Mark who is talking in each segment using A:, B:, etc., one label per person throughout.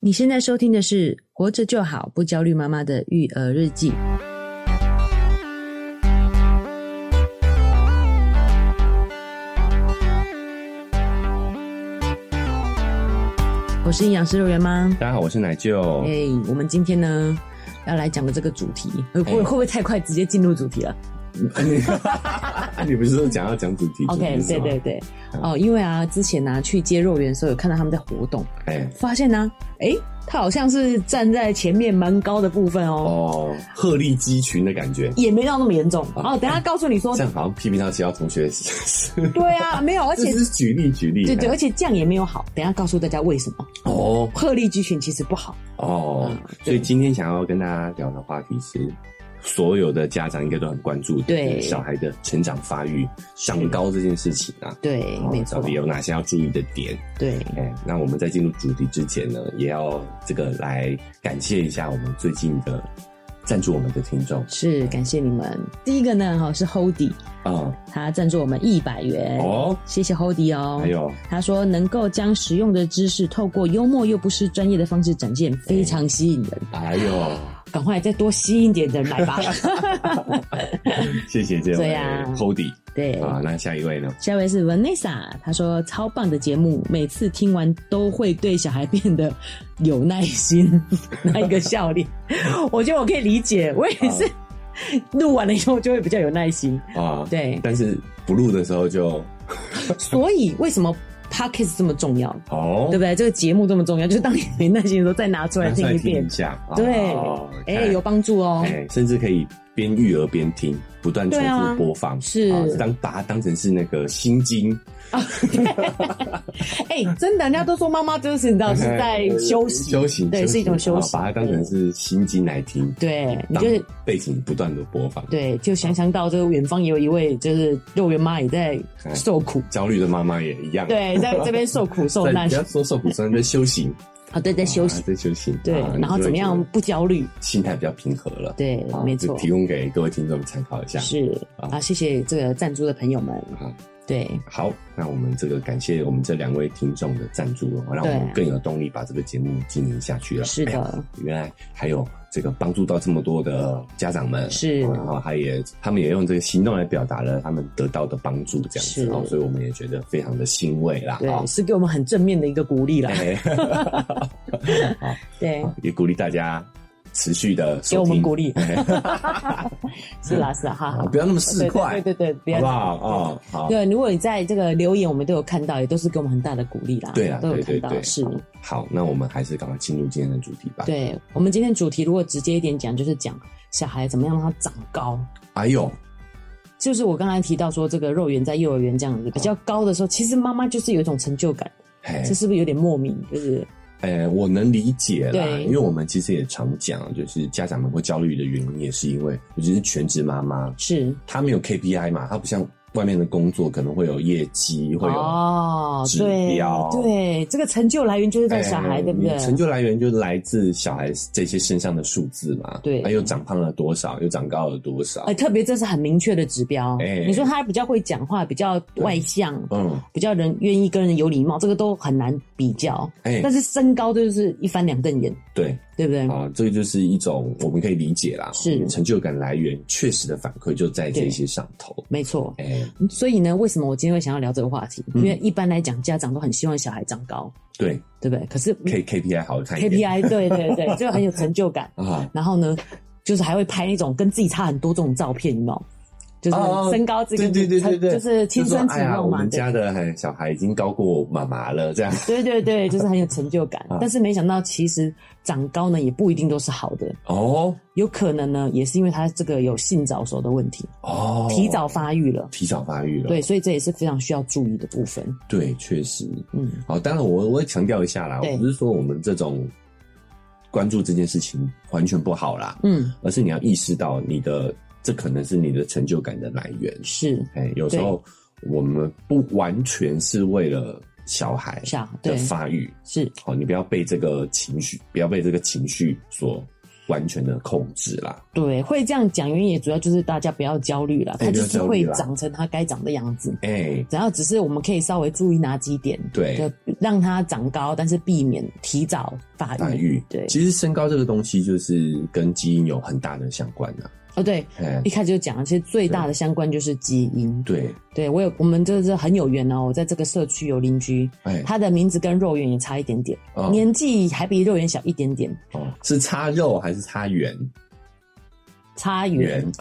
A: 你现在收听的是《活着就好不焦虑妈妈的育儿日记》。我是营养师肉圆妈。
B: 大家好，我是奶舅。
A: 哎、我们今天呢要来讲的这个主题，呃会
B: 哎
A: 会不会太快直接进入主题了
B: 你不是说讲要讲主题
A: 哎？OK，对对，对，
B: 嗯
A: 哦，因为啊，之前呢、啊、去接肉圆的时候，有看到他们在活动，
B: 哎、
A: 发现呢、哎、他好像是站在前面蛮高的部分哦，
B: 哦，鹤立鸡群的感觉，
A: 也没到那么严重。哦，等一下告诉你说
B: 这，样好像批评到其他同学，这
A: 对啊，没有，而且
B: 只是举例举例，
A: 对对，
B: 哎
A: 而且这样也没有好。等一下告诉大家为什么
B: 哦
A: 鹤立鸡群其实不好。
B: 哦
A: 嗯，
B: 所以今天想要跟大家聊的话题是。所有的家长应该都很关注
A: 对
B: 小孩的成长发育、长高这件事情啊，
A: 对，
B: 哦
A: 没错
B: 到底，有哪些要注意的点？
A: 对，
B: 哎，那我们在进入主题之前呢，也要这个来感谢一下我们最近的赞助我们的听众
A: 是感谢你们。第一个呢，哈是 Hody，
B: 啊、
A: 他赞助我们一百元，
B: 哦，哎
A: 谢谢 Hody 哦。
B: 还有
A: 他说能够将实用的知识透过幽默又不失专业的方式展现，非常吸引人。
B: 还 有，
A: 赶快再多吸引点人来 吧。
B: 谢谢这
A: 对
B: 位
A: 呀
B: Cody
A: 对，
B: 啊，那下一位呢？
A: 下一位是 Vanessa，她说超棒的节目，每次听完都会对小孩变得有耐心， 那一个笑脸， 我觉得我可以理解，我也是录完了以后就会比较有耐心。
B: 啊，，
A: 对，
B: 但是不录的时候就
A: 所以为什么 podcast 这么重要，
B: 哦
A: 对不，对？这个节目这么重要，就是当你没耐心的时候再拿出来
B: 拿出
A: 听
B: 来
A: 一
B: 听
A: 遍
B: 一，下，
A: 对
B: 哦，
A: 哎、
B: 看
A: 有帮助哦。
B: 哎，甚至可以边育儿边听，不断重
A: 对啊
B: 复播放，
A: 是
B: 啊当把它当成是那个心经，
A: 哎、真的，人家都说妈妈就是你知道是在 休息，
B: 修行，
A: 对
B: 休息
A: 是一种休
B: 啊
A: 息
B: 把它当成是心经来听，
A: 对，你
B: 当
A: 就是
B: 背景不断的播放，
A: 对，就想象到这个远方也有一位就是肉圆妈也在受 苦，
B: 焦虑的妈妈也一样，，
A: 对，在这边受苦受难
B: 不要说受苦受难，在修行，
A: 啊，对，在休
B: 啊
A: 息，
B: 在修行，
A: 对
B: 啊，
A: 然后怎么样，不焦虑，
B: 心态比较平和了。
A: 对，
B: 啊
A: 没
B: 就
A: 错，
B: 提供给各位听众参考一下。
A: 是
B: 啊
A: 啊，谢谢这个赞助的朋友们，
B: 啊，
A: 对，
B: 好，那我们这个感谢我们这两位听众的赞助哦，让我们
A: 对
B: 更有动力把这个节目经营下去了。
A: 是
B: 哎呀，
A: 的，
B: 原来还有这个帮助到这么多的家长们，哦
A: 是
B: 然后他也他们也用这个行动来表达了他们得到的帮助，这样
A: 是
B: 子哦，所以我们也觉得非常的欣慰啦。
A: 对，
B: 啊
A: 是给我们很正面的一个鼓励啦，
B: 哎
A: 对，
B: 也鼓励大家持续的
A: 给我
B: 收
A: 们
B: 听，
A: 鼓励，
B: 哎
A: 是啦是啦，哈
B: 啊
A: 哈，
B: 不要那么
A: 对
B: 市
A: 对
B: 侩，
A: 对对对，不
B: 好不
A: 要。
B: 好？哦，好。
A: 对，如果你在这个留言，我们都有看到，也都是给我们很大的鼓励啦。
B: 对啊，
A: 都有
B: 对
A: 看
B: 对
A: 到，
B: 对，
A: 是。
B: 好好，那我们还是赶快进入今天的主题吧。，
A: 对我们今天主题，如果直接一点讲，就是讲小孩怎么样让他长高。
B: 哎呦，
A: 就是我刚才提到说，这个肉圆在幼儿园这样子比较高的时候，其实妈妈就是有一种成就感，
B: 嘿
A: 这是不是有点莫名？就是
B: 呃，我能理解啦，
A: 对
B: 因为我们其实也常讲，就是家长们会焦虑的原因，也是因为尤其是全职妈妈，
A: 是
B: 她没有 KPI 嘛，她不像外面的工作可能会有业绩，会有
A: 哦，
B: 指
A: 对
B: 标
A: 对，这个成就来源就是在
B: 哎
A: 小孩，对不对？
B: 成就来源就来自小孩这些身上的数字嘛，哎
A: 对
B: 他又长胖了多少，又长高了多少，
A: 哎，特别这是很明确的指标。
B: 哎
A: 你说他比较会讲话，比较外向，
B: 嗯，
A: 比较人愿意跟人有礼貌，这个都很难比较。
B: 哎
A: 但，是身高就是一翻两瞪眼，
B: 对，
A: 对不对？
B: 啊，这个就是一种我们可以理解啦，
A: 嗯
B: 嗯
A: 是
B: 成就感来源确实的反馈就在这些上头。
A: 没错。
B: 哎、
A: 所以呢，为什么我今天会想要聊这个话题？因
B: 嗯
A: 为一般来讲，家长都很希望小孩长高，
B: 对
A: 对不对？可是嗯
B: ，K KPI 好好看一点
A: KPI，对对 对，就很有成就感。
B: 啊，
A: 然后呢，就是还会拍那种跟自己差很多这种照片，你知道吗？就是
B: 哦
A: 身高这个，
B: 对对对对对，
A: 就是亲
B: 就说
A: 身体
B: 哎呀，
A: 肉
B: 我
A: 嘛，
B: 们
A: 对
B: 家的哎小孩已经高过妈妈了，这样
A: 对对对，就是很有成就感
B: 啊。
A: 但是没想到，其实长高呢也不一定都是好的，
B: 哦
A: 有可能呢也是因为他这个有性早熟的问题，
B: 哦，
A: 提早发育了。
B: 提早发育了，
A: 对，所以这也是非常需要注意的部分。
B: 对，确实。
A: 嗯，
B: 好，当然我我也强调一下啦，
A: 对
B: 我不是说我们这种关注这件事情完全不好啦，
A: 嗯，
B: 而是你要意识到你的这可能是你的成就感的来源。
A: 是
B: 哎，有时候我们不完全是为了小孩
A: 小
B: 的
A: 对
B: 发育，哦
A: 是，
B: 好，你不要被这个情绪，不要被这个情绪所完全的控制啦。
A: 对，会这样讲，原因也主要就是大家不要焦虑了，它
B: 哎不
A: 就
B: 要
A: 是
B: 焦虑
A: 会
B: 啦
A: 长成它该长的样子。
B: 哎、
A: 然后只是我们可以稍微注意哪几点，
B: 对
A: 就让它长高，但是避免提早发育。
B: 发育，
A: 嗯对
B: 其实身高这个东西就是跟基因有很大的相关啊。
A: 哦，对，
B: 哎
A: 一，开始就讲了，其实最大的相关就是基因。
B: 对，
A: 对我有，我们就是很有缘哦，我在这个社区有邻居，
B: 哎，
A: 他的名字跟肉圆也差一点点，
B: 哦
A: 年纪还比肉圆小一点点，
B: 哦，是擦肉还是擦圆？
A: 差远，
B: 圆，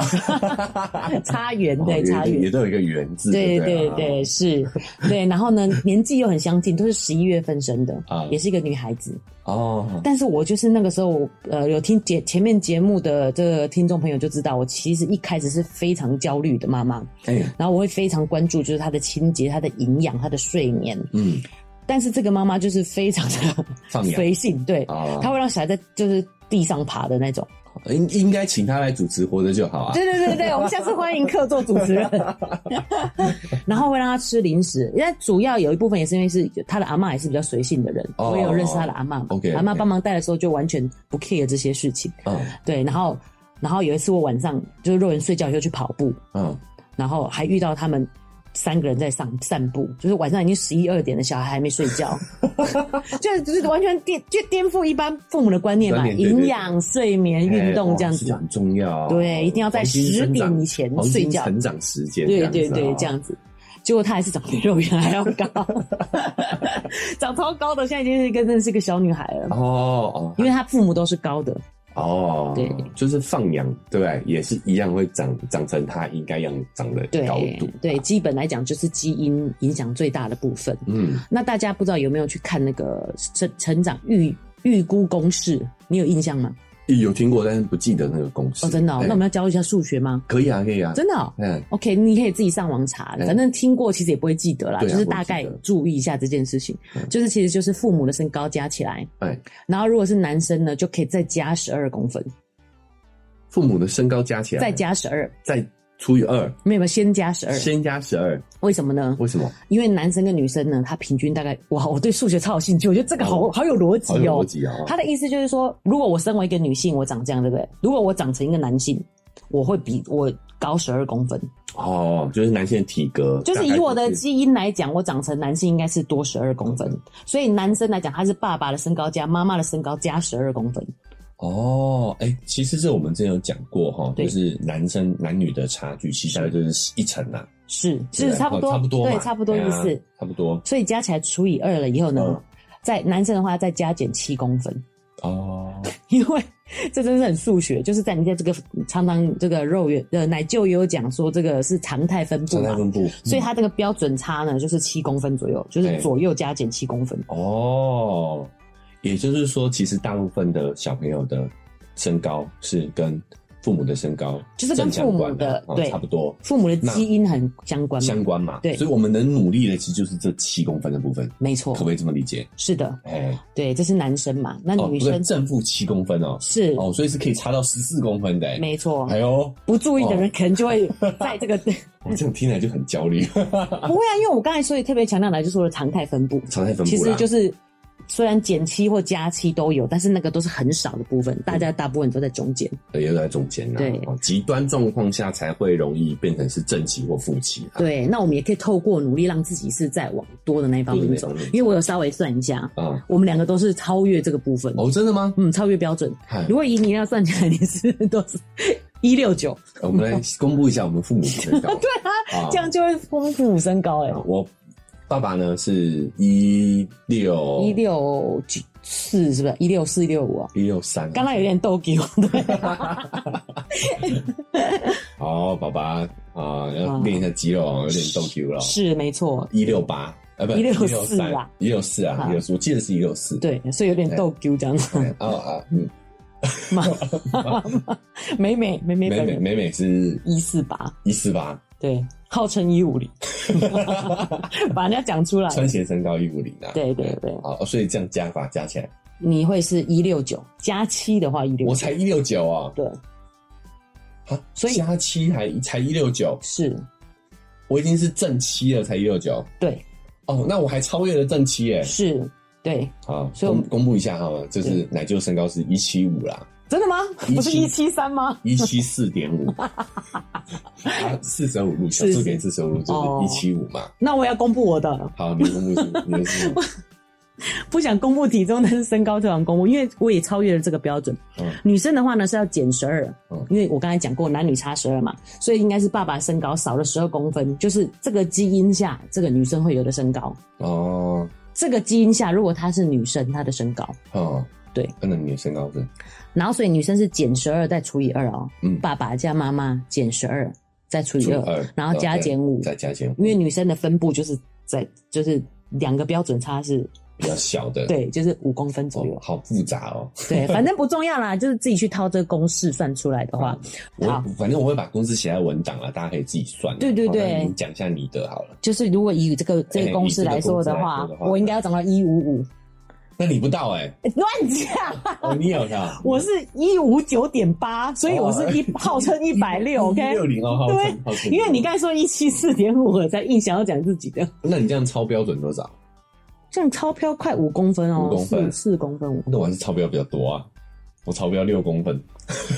A: 差远，对，
B: 哦
A: 差
B: 也
A: 远
B: 也。都有一个圆字，
A: 对
B: 不
A: 对
B: 对
A: 对，
B: 啊
A: 是，对，然后呢，年纪又很相近，都是十一月份生的，
B: 啊
A: 也是一个女孩子。
B: 哦，
A: 但是我就是那个时候，呃，有听节前面节目的这个听众朋友就知道，我其实一开始是非常焦虑的妈妈，
B: 哎，
A: 然后我会非常关注就是她的清洁、她的营养、她的睡眠。
B: 嗯，
A: 但是这个妈妈就是非常的
B: 放羊
A: 随性，对，
B: 啊，
A: 她会让小孩在就是地上爬的那种。
B: 应应该请他来主持活着就好啊。
A: 对对对对，我们下次欢迎客座主持 人，然后会让他吃零食。因为主要有一部分也是因为是他的阿嬷也是比较随性的人，
B: 哦
A: 我也有认识他的阿嬷嘛。
B: OK，OK
A: 阿嬷帮忙带的时候就完全不 care 这些事情。
B: 嗯
A: 对，然后然后有一次我晚上就是肉人睡觉以后去跑步，
B: 嗯，
A: 然后还遇到他们。三个人在上散步，就是晚上已经十一二点了，小孩还没睡 觉，就是就是完全颠就颠覆一般父母的观念嘛，
B: 观念对对对
A: 营养、睡眠、运动这样
B: 哎哦
A: 子
B: 是。很重要，
A: 对一定要在
B: 黄金生长
A: 10点以前
B: 黄金
A: 睡觉
B: 成长时间，
A: 对对
B: 子啊
A: 对，这。样子。结果她还是长比肉圆还要高， 长超高的，现在已经是一个真的是个小女孩了。
B: 哦
A: 因
B: 哦
A: 为她父母都是高的，
B: 哦，
A: 对，
B: 就是放羊，对不对，也是一样会长长成它应该样长的
A: 对
B: 高度，
A: 对，基本来讲就是基因影响最大的部分。
B: 嗯，
A: 那大家不知道有没有去看那个成成长预预估公式？你有印象吗？
B: 有听过，但是不记得那个公式。
A: 哦，真的、哦，
B: 哎
A: 那我们要教一下数学吗？
B: 可以啊，可以啊，
A: 真的、哦、
B: 嗯，
A: ，OK，你可以自己上网查，
B: 嗯
A: 反正听过其实也不会记得啦，
B: 对啊
A: 就是大概
B: 不会记得
A: 注意一下这件事情，
B: 嗯
A: 就是其实就是父母的身高加起来，
B: 哎，
A: 然后如果是男生呢，就可以再加十二公分，
B: 父母的身高加起来，
A: 再加十二，
B: 再除以二，
A: 没有没有，先加十二。
B: 先加十二，
A: 为什么呢？
B: 为什么？
A: 因为男生跟女生呢，他平均大概哇，我对数学超有兴趣，我觉得这个好好有逻
B: 嗯好
A: 辑
B: 有
A: 哦
B: 逻。辑啊！
A: 他的意思就是说，如果我身为一个女性，我长这样，对不对？如果我长成一个男性，我会比我高十二公分。
B: 哦，就是男性的体格，
A: 就是
B: 大概
A: 以我的
B: 是
A: 基因来讲，我长成男性应该是多十二公分，所以男生来讲，他是爸爸的身高加妈妈的身高加十二公分。
B: 哦，哎、其实这我们之前有讲过哈，
A: 对
B: 就是男生男女的差距，其实大概就是一层啦、
A: 是
B: 对
A: 是差不多，
B: 差不多嘛，
A: 对，差不多
B: 哎呀
A: 意思。
B: 差不多
A: 所以加起来除以二了以后呢，
B: 嗯
A: 在男生的话再加减七公分，
B: 哦，
A: 因为这真是很数学，就是在你在这个常常这个肉圆呃奶舅也有讲说这个是常态分布
B: 常态
A: 嘛，
B: 分布，啊嗯
A: 所以它这个标准差呢就是七公分左右，就是
B: 对
A: 左右加减七公分。
B: 嗯哦，也就是说，其实大部分的小朋友的身高是跟父母的身高
A: 就是跟
B: 正相
A: 父母
B: 关
A: 的
B: 哦
A: 对
B: 差不多
A: 父母的基因很相关嘛，
B: 相关嘛，
A: 对
B: 所以我们能努力的其实就是这七公分的部分，
A: 没错
B: 可不，可以这么理解？
A: 是的，
B: 哎、
A: 对，这是男生嘛，那
B: 哦，
A: 女
B: 不是
A: 生、
B: 正负七公分哦，
A: 是、
B: 哦，所以是可以差到十四公分的、哎
A: 没错。
B: 哎呦，
A: 不注意的人可能就会在 这个不
B: 我这样听起来就很焦 虑。
A: 会啊，因为我刚才所以特别强调来就说了常态分布，
B: 常态分布啦，
A: 其实就是虽然减七或加七都有，但是那个都是很少的部
B: 嗯
A: 分，大家大部分都在中间。
B: 呃也在中间啦。
A: 对
B: 哦极端状况下才会容易变成是正极或负极啊啦。
A: 对，那我们也可以透过努力让自己是在往多的那一方面走
B: 多的那一方，面
A: 因为我有稍微算一下，
B: 啊，
A: 我们两个都是超越这个部分，
B: 哦，真的吗？
A: 嗯，超越标准。
B: 嗨
A: 如果以你要算起来，你是都是一六九，
B: 呃我们来公布一下我们父母的身高。
A: 对啊，
B: 啊，
A: 这样就会丰富身高哎、
B: 啊我爸爸呢是一六
A: 一六九四是不是？一六四、一六五啊？
B: 一六三，
A: 刚刚有点逗给我，对，
B: 哦，爸爸啊，要练一下肌肉哦，有点动 Q 了。
A: 是没错，
B: 一六八，呃，不，
A: 164啊
B: 一六四啊，
A: 啊
B: 一六四，我记得是一六四。
A: 对，所以有点逗给这样子。
B: 哎，哦啊，嗯，
A: 妈，美美美美
B: 美
A: 本
B: 美
A: 人
B: 美美是
A: 一四八，
B: 一四八，
A: 对，号称一 五零，把人家讲出来，
B: 穿鞋身高一五零啊。
A: 对对对
B: 好，所以这样加法加起来，
A: 你会是一六九加七的话一六
B: 我，才一六九啊，
A: 对，
B: 啊，
A: 所以
B: 加七还才一六九，
A: 是，
B: 我已经是正七了，才一六九。
A: 对，
B: 哦，那我还超越了正七耶！
A: 是。对，
B: 啊，
A: 所以我
B: 公
A: 们
B: 公布一下哈，就是奶舅身高是一七五啦，
A: 真的吗？
B: 一七
A: 不是一七三吗？
B: 一七四 点五，啊四舍五入，小
A: 是
B: 数
A: 是
B: 点四舍五入
A: 哦
B: 就是一七五嘛。
A: 那我要公布我的，
B: 好，你公布是，你 的是，
A: 不想公布体重，但是身高特想公布，因为我也超越了这个标准。
B: 嗯
A: 女生的话呢是要减十二
B: 嗯，
A: 因为我刚才讲过男女差十二嘛，所以应该是爸爸身高少了十二公分，就是这个基因下这个女生会有的身高。
B: 哦，
A: 这个基因下，如果她是女生，她的身高，
B: 哦，
A: 对，
B: 那你的身高是，
A: 然后所以女生是减十二再除以二哦，
B: 嗯
A: 爸爸加妈妈减十二再除以
B: 除以
A: 二，
B: 二，
A: 然后加减五
B: 再加减五，
A: 因为女生的分布就是在就是两个标准差是，
B: 比较小的，，
A: 对，就是五公分左右
B: 哦，，好复杂哦。
A: 对，反正不重要啦，就是自己去套这个公式算出来的话，
B: 我
A: 好
B: 反正我会把公式写在文档了，大家可以自己算。
A: 对对
B: 好
A: 对
B: 那你讲一下你的好了。
A: 就是如果以这个这个公式来说的
B: 哎以
A: 话
B: 这个公式来说的，话
A: 我应该要长到一五五，
B: 那你不到 哎，
A: 哎乱讲，
B: 哦，你有的，
A: 我是一五九点八，所以我是一号称一百六，OK。
B: 六零哦，好
A: 对
B: 好好
A: 因为你刚才说一七四点五，我才硬想要讲自己的，
B: 那你这样超标准多少？
A: 这样超标快五公分
B: 五
A: 哦，
B: 公分，
A: 四四公分五
B: 那我还是超标比较多啊，我超标六公分，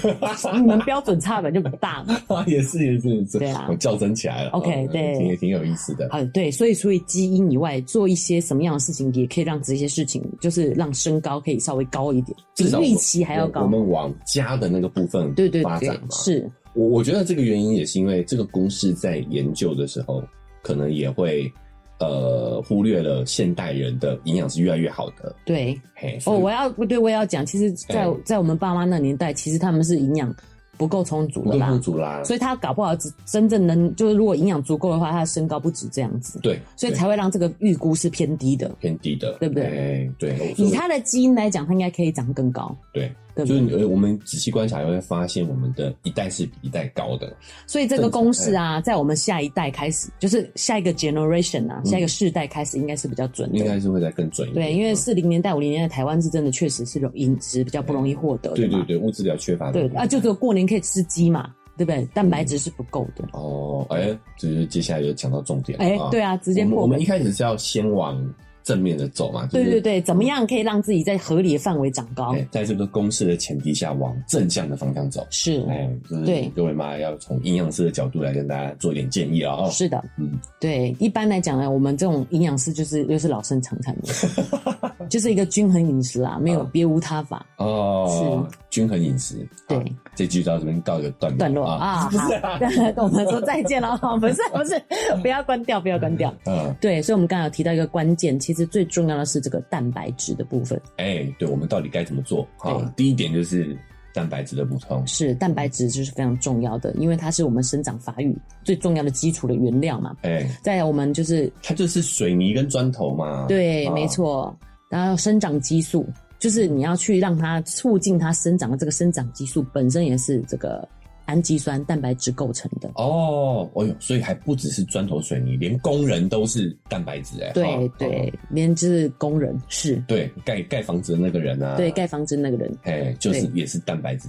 A: 你们标准差本就不大嘛。
B: 也是也是也是，
A: 对啊
B: 我较真起来了。
A: OK，
B: 嗯
A: 对
B: 挺也挺有意思的。
A: 啊，对，所以除以基因以外，做一些什么样的事情，也可以让这些事情，就是让身高可以稍微高一点，比
B: 至少我
A: 预期还要
B: 我
A: 高
B: 我。们往家的那个部分
A: 对对
B: 发展
A: 对
B: 嘛，。
A: 是，
B: 我我觉得这个原因也是因为这个公式在研究的时候，可能也会呃忽略了现代人的营养是越来越好的。
A: 对。
B: 嘿，
A: 哦，
B: 所以哎
A: 我要对我也要讲，其实在，在
B: 对
A: 我们爸妈那年代，其实他们是营养不够充足
B: 不
A: 的
B: 够
A: 啦
B: 不，足啦，
A: 所以他搞不好只真正能，就是如果营养足够的话，他的身高不止这样子，
B: 对，
A: 所以
B: 对
A: 才会让这个预估是偏低的。
B: 偏低的，
A: 对不对
B: 哎，对，
A: 以
B: 所以
A: 他的基因来讲，他应该可以长更高，
B: 对，
A: 对不
B: 就是
A: 对？
B: 你呃我们仔细观察会发现，我们的一代是比一代高的。
A: 所以这个
B: 哎
A: 公式啊，在我们下一代开始，就是下一个 generation 啊，
B: 嗯
A: 下一个世代开始，应该是比较准的。
B: 应该是会再更准一点。嗯
A: 对，因为四零年代、五零年代台湾是真的确实是容饮食比较不容易获得
B: 对
A: 的
B: 对
A: 嘛，
B: 对，物质比较缺乏的。
A: 对啊，就只有过年可以吃鸡嘛，对不对？蛋白质是不够的。
B: 哦，哎，就是接下来就讲到重点了
A: 哎、
B: 啊。
A: 对啊，直接
B: 我们
A: 破
B: 我们
A: 门
B: 一。开始是要先往正面的走嘛，就
A: 对
B: 是
A: 对对，怎么样可以让自己在合理的范围长高？
B: 哎，在这个公式的前提下，往正向的方向走。
A: 是
B: 哎，就是
A: 对
B: 各位妈要从营养师的角度来跟大家做一点建议啊。哦，
A: 是的，
B: 嗯，
A: 对。一般来讲呢，我们这种营养师就是又是老生常谈的， 就是一个均衡饮食啊，没有
B: 啊
A: 别无他法。
B: 哦，均衡饮食。
A: 对
B: 好，这句到这边告一个段落
A: 段落啊，
B: 不
A: 好
B: 是啊，，
A: 跟我们说再见了，不是不 是，不要关掉，不要关掉。
B: 嗯，
A: 对，所以我们刚才有提到一个关键，其实最重要的是这个蛋白质的部分，
B: 哎，对我们到底该怎么做？好
A: 对，
B: 第一点就是蛋白质的补充。
A: 是蛋白质就是非常重要的，因为它是我们生长发育最重要的基础的原料嘛。
B: 哎，
A: 再来我们就是
B: 它就是水泥跟砖头嘛。
A: 对，
B: 啊
A: 没。错。然后生长激素，就是你要去让它促进它生长的这个生长激素本身也是这个氨基酸蛋白质构成的。
B: 哦，哦哟，所以还不只是砖头水泥，连工人都是蛋白质哎、
A: 对
B: 哦
A: 对
B: 哦，
A: 连就是工人是，
B: 对，盖盖房子的那个人啊，
A: 对，盖房子那个人，
B: 哎，就是
A: 对
B: 也是蛋白质，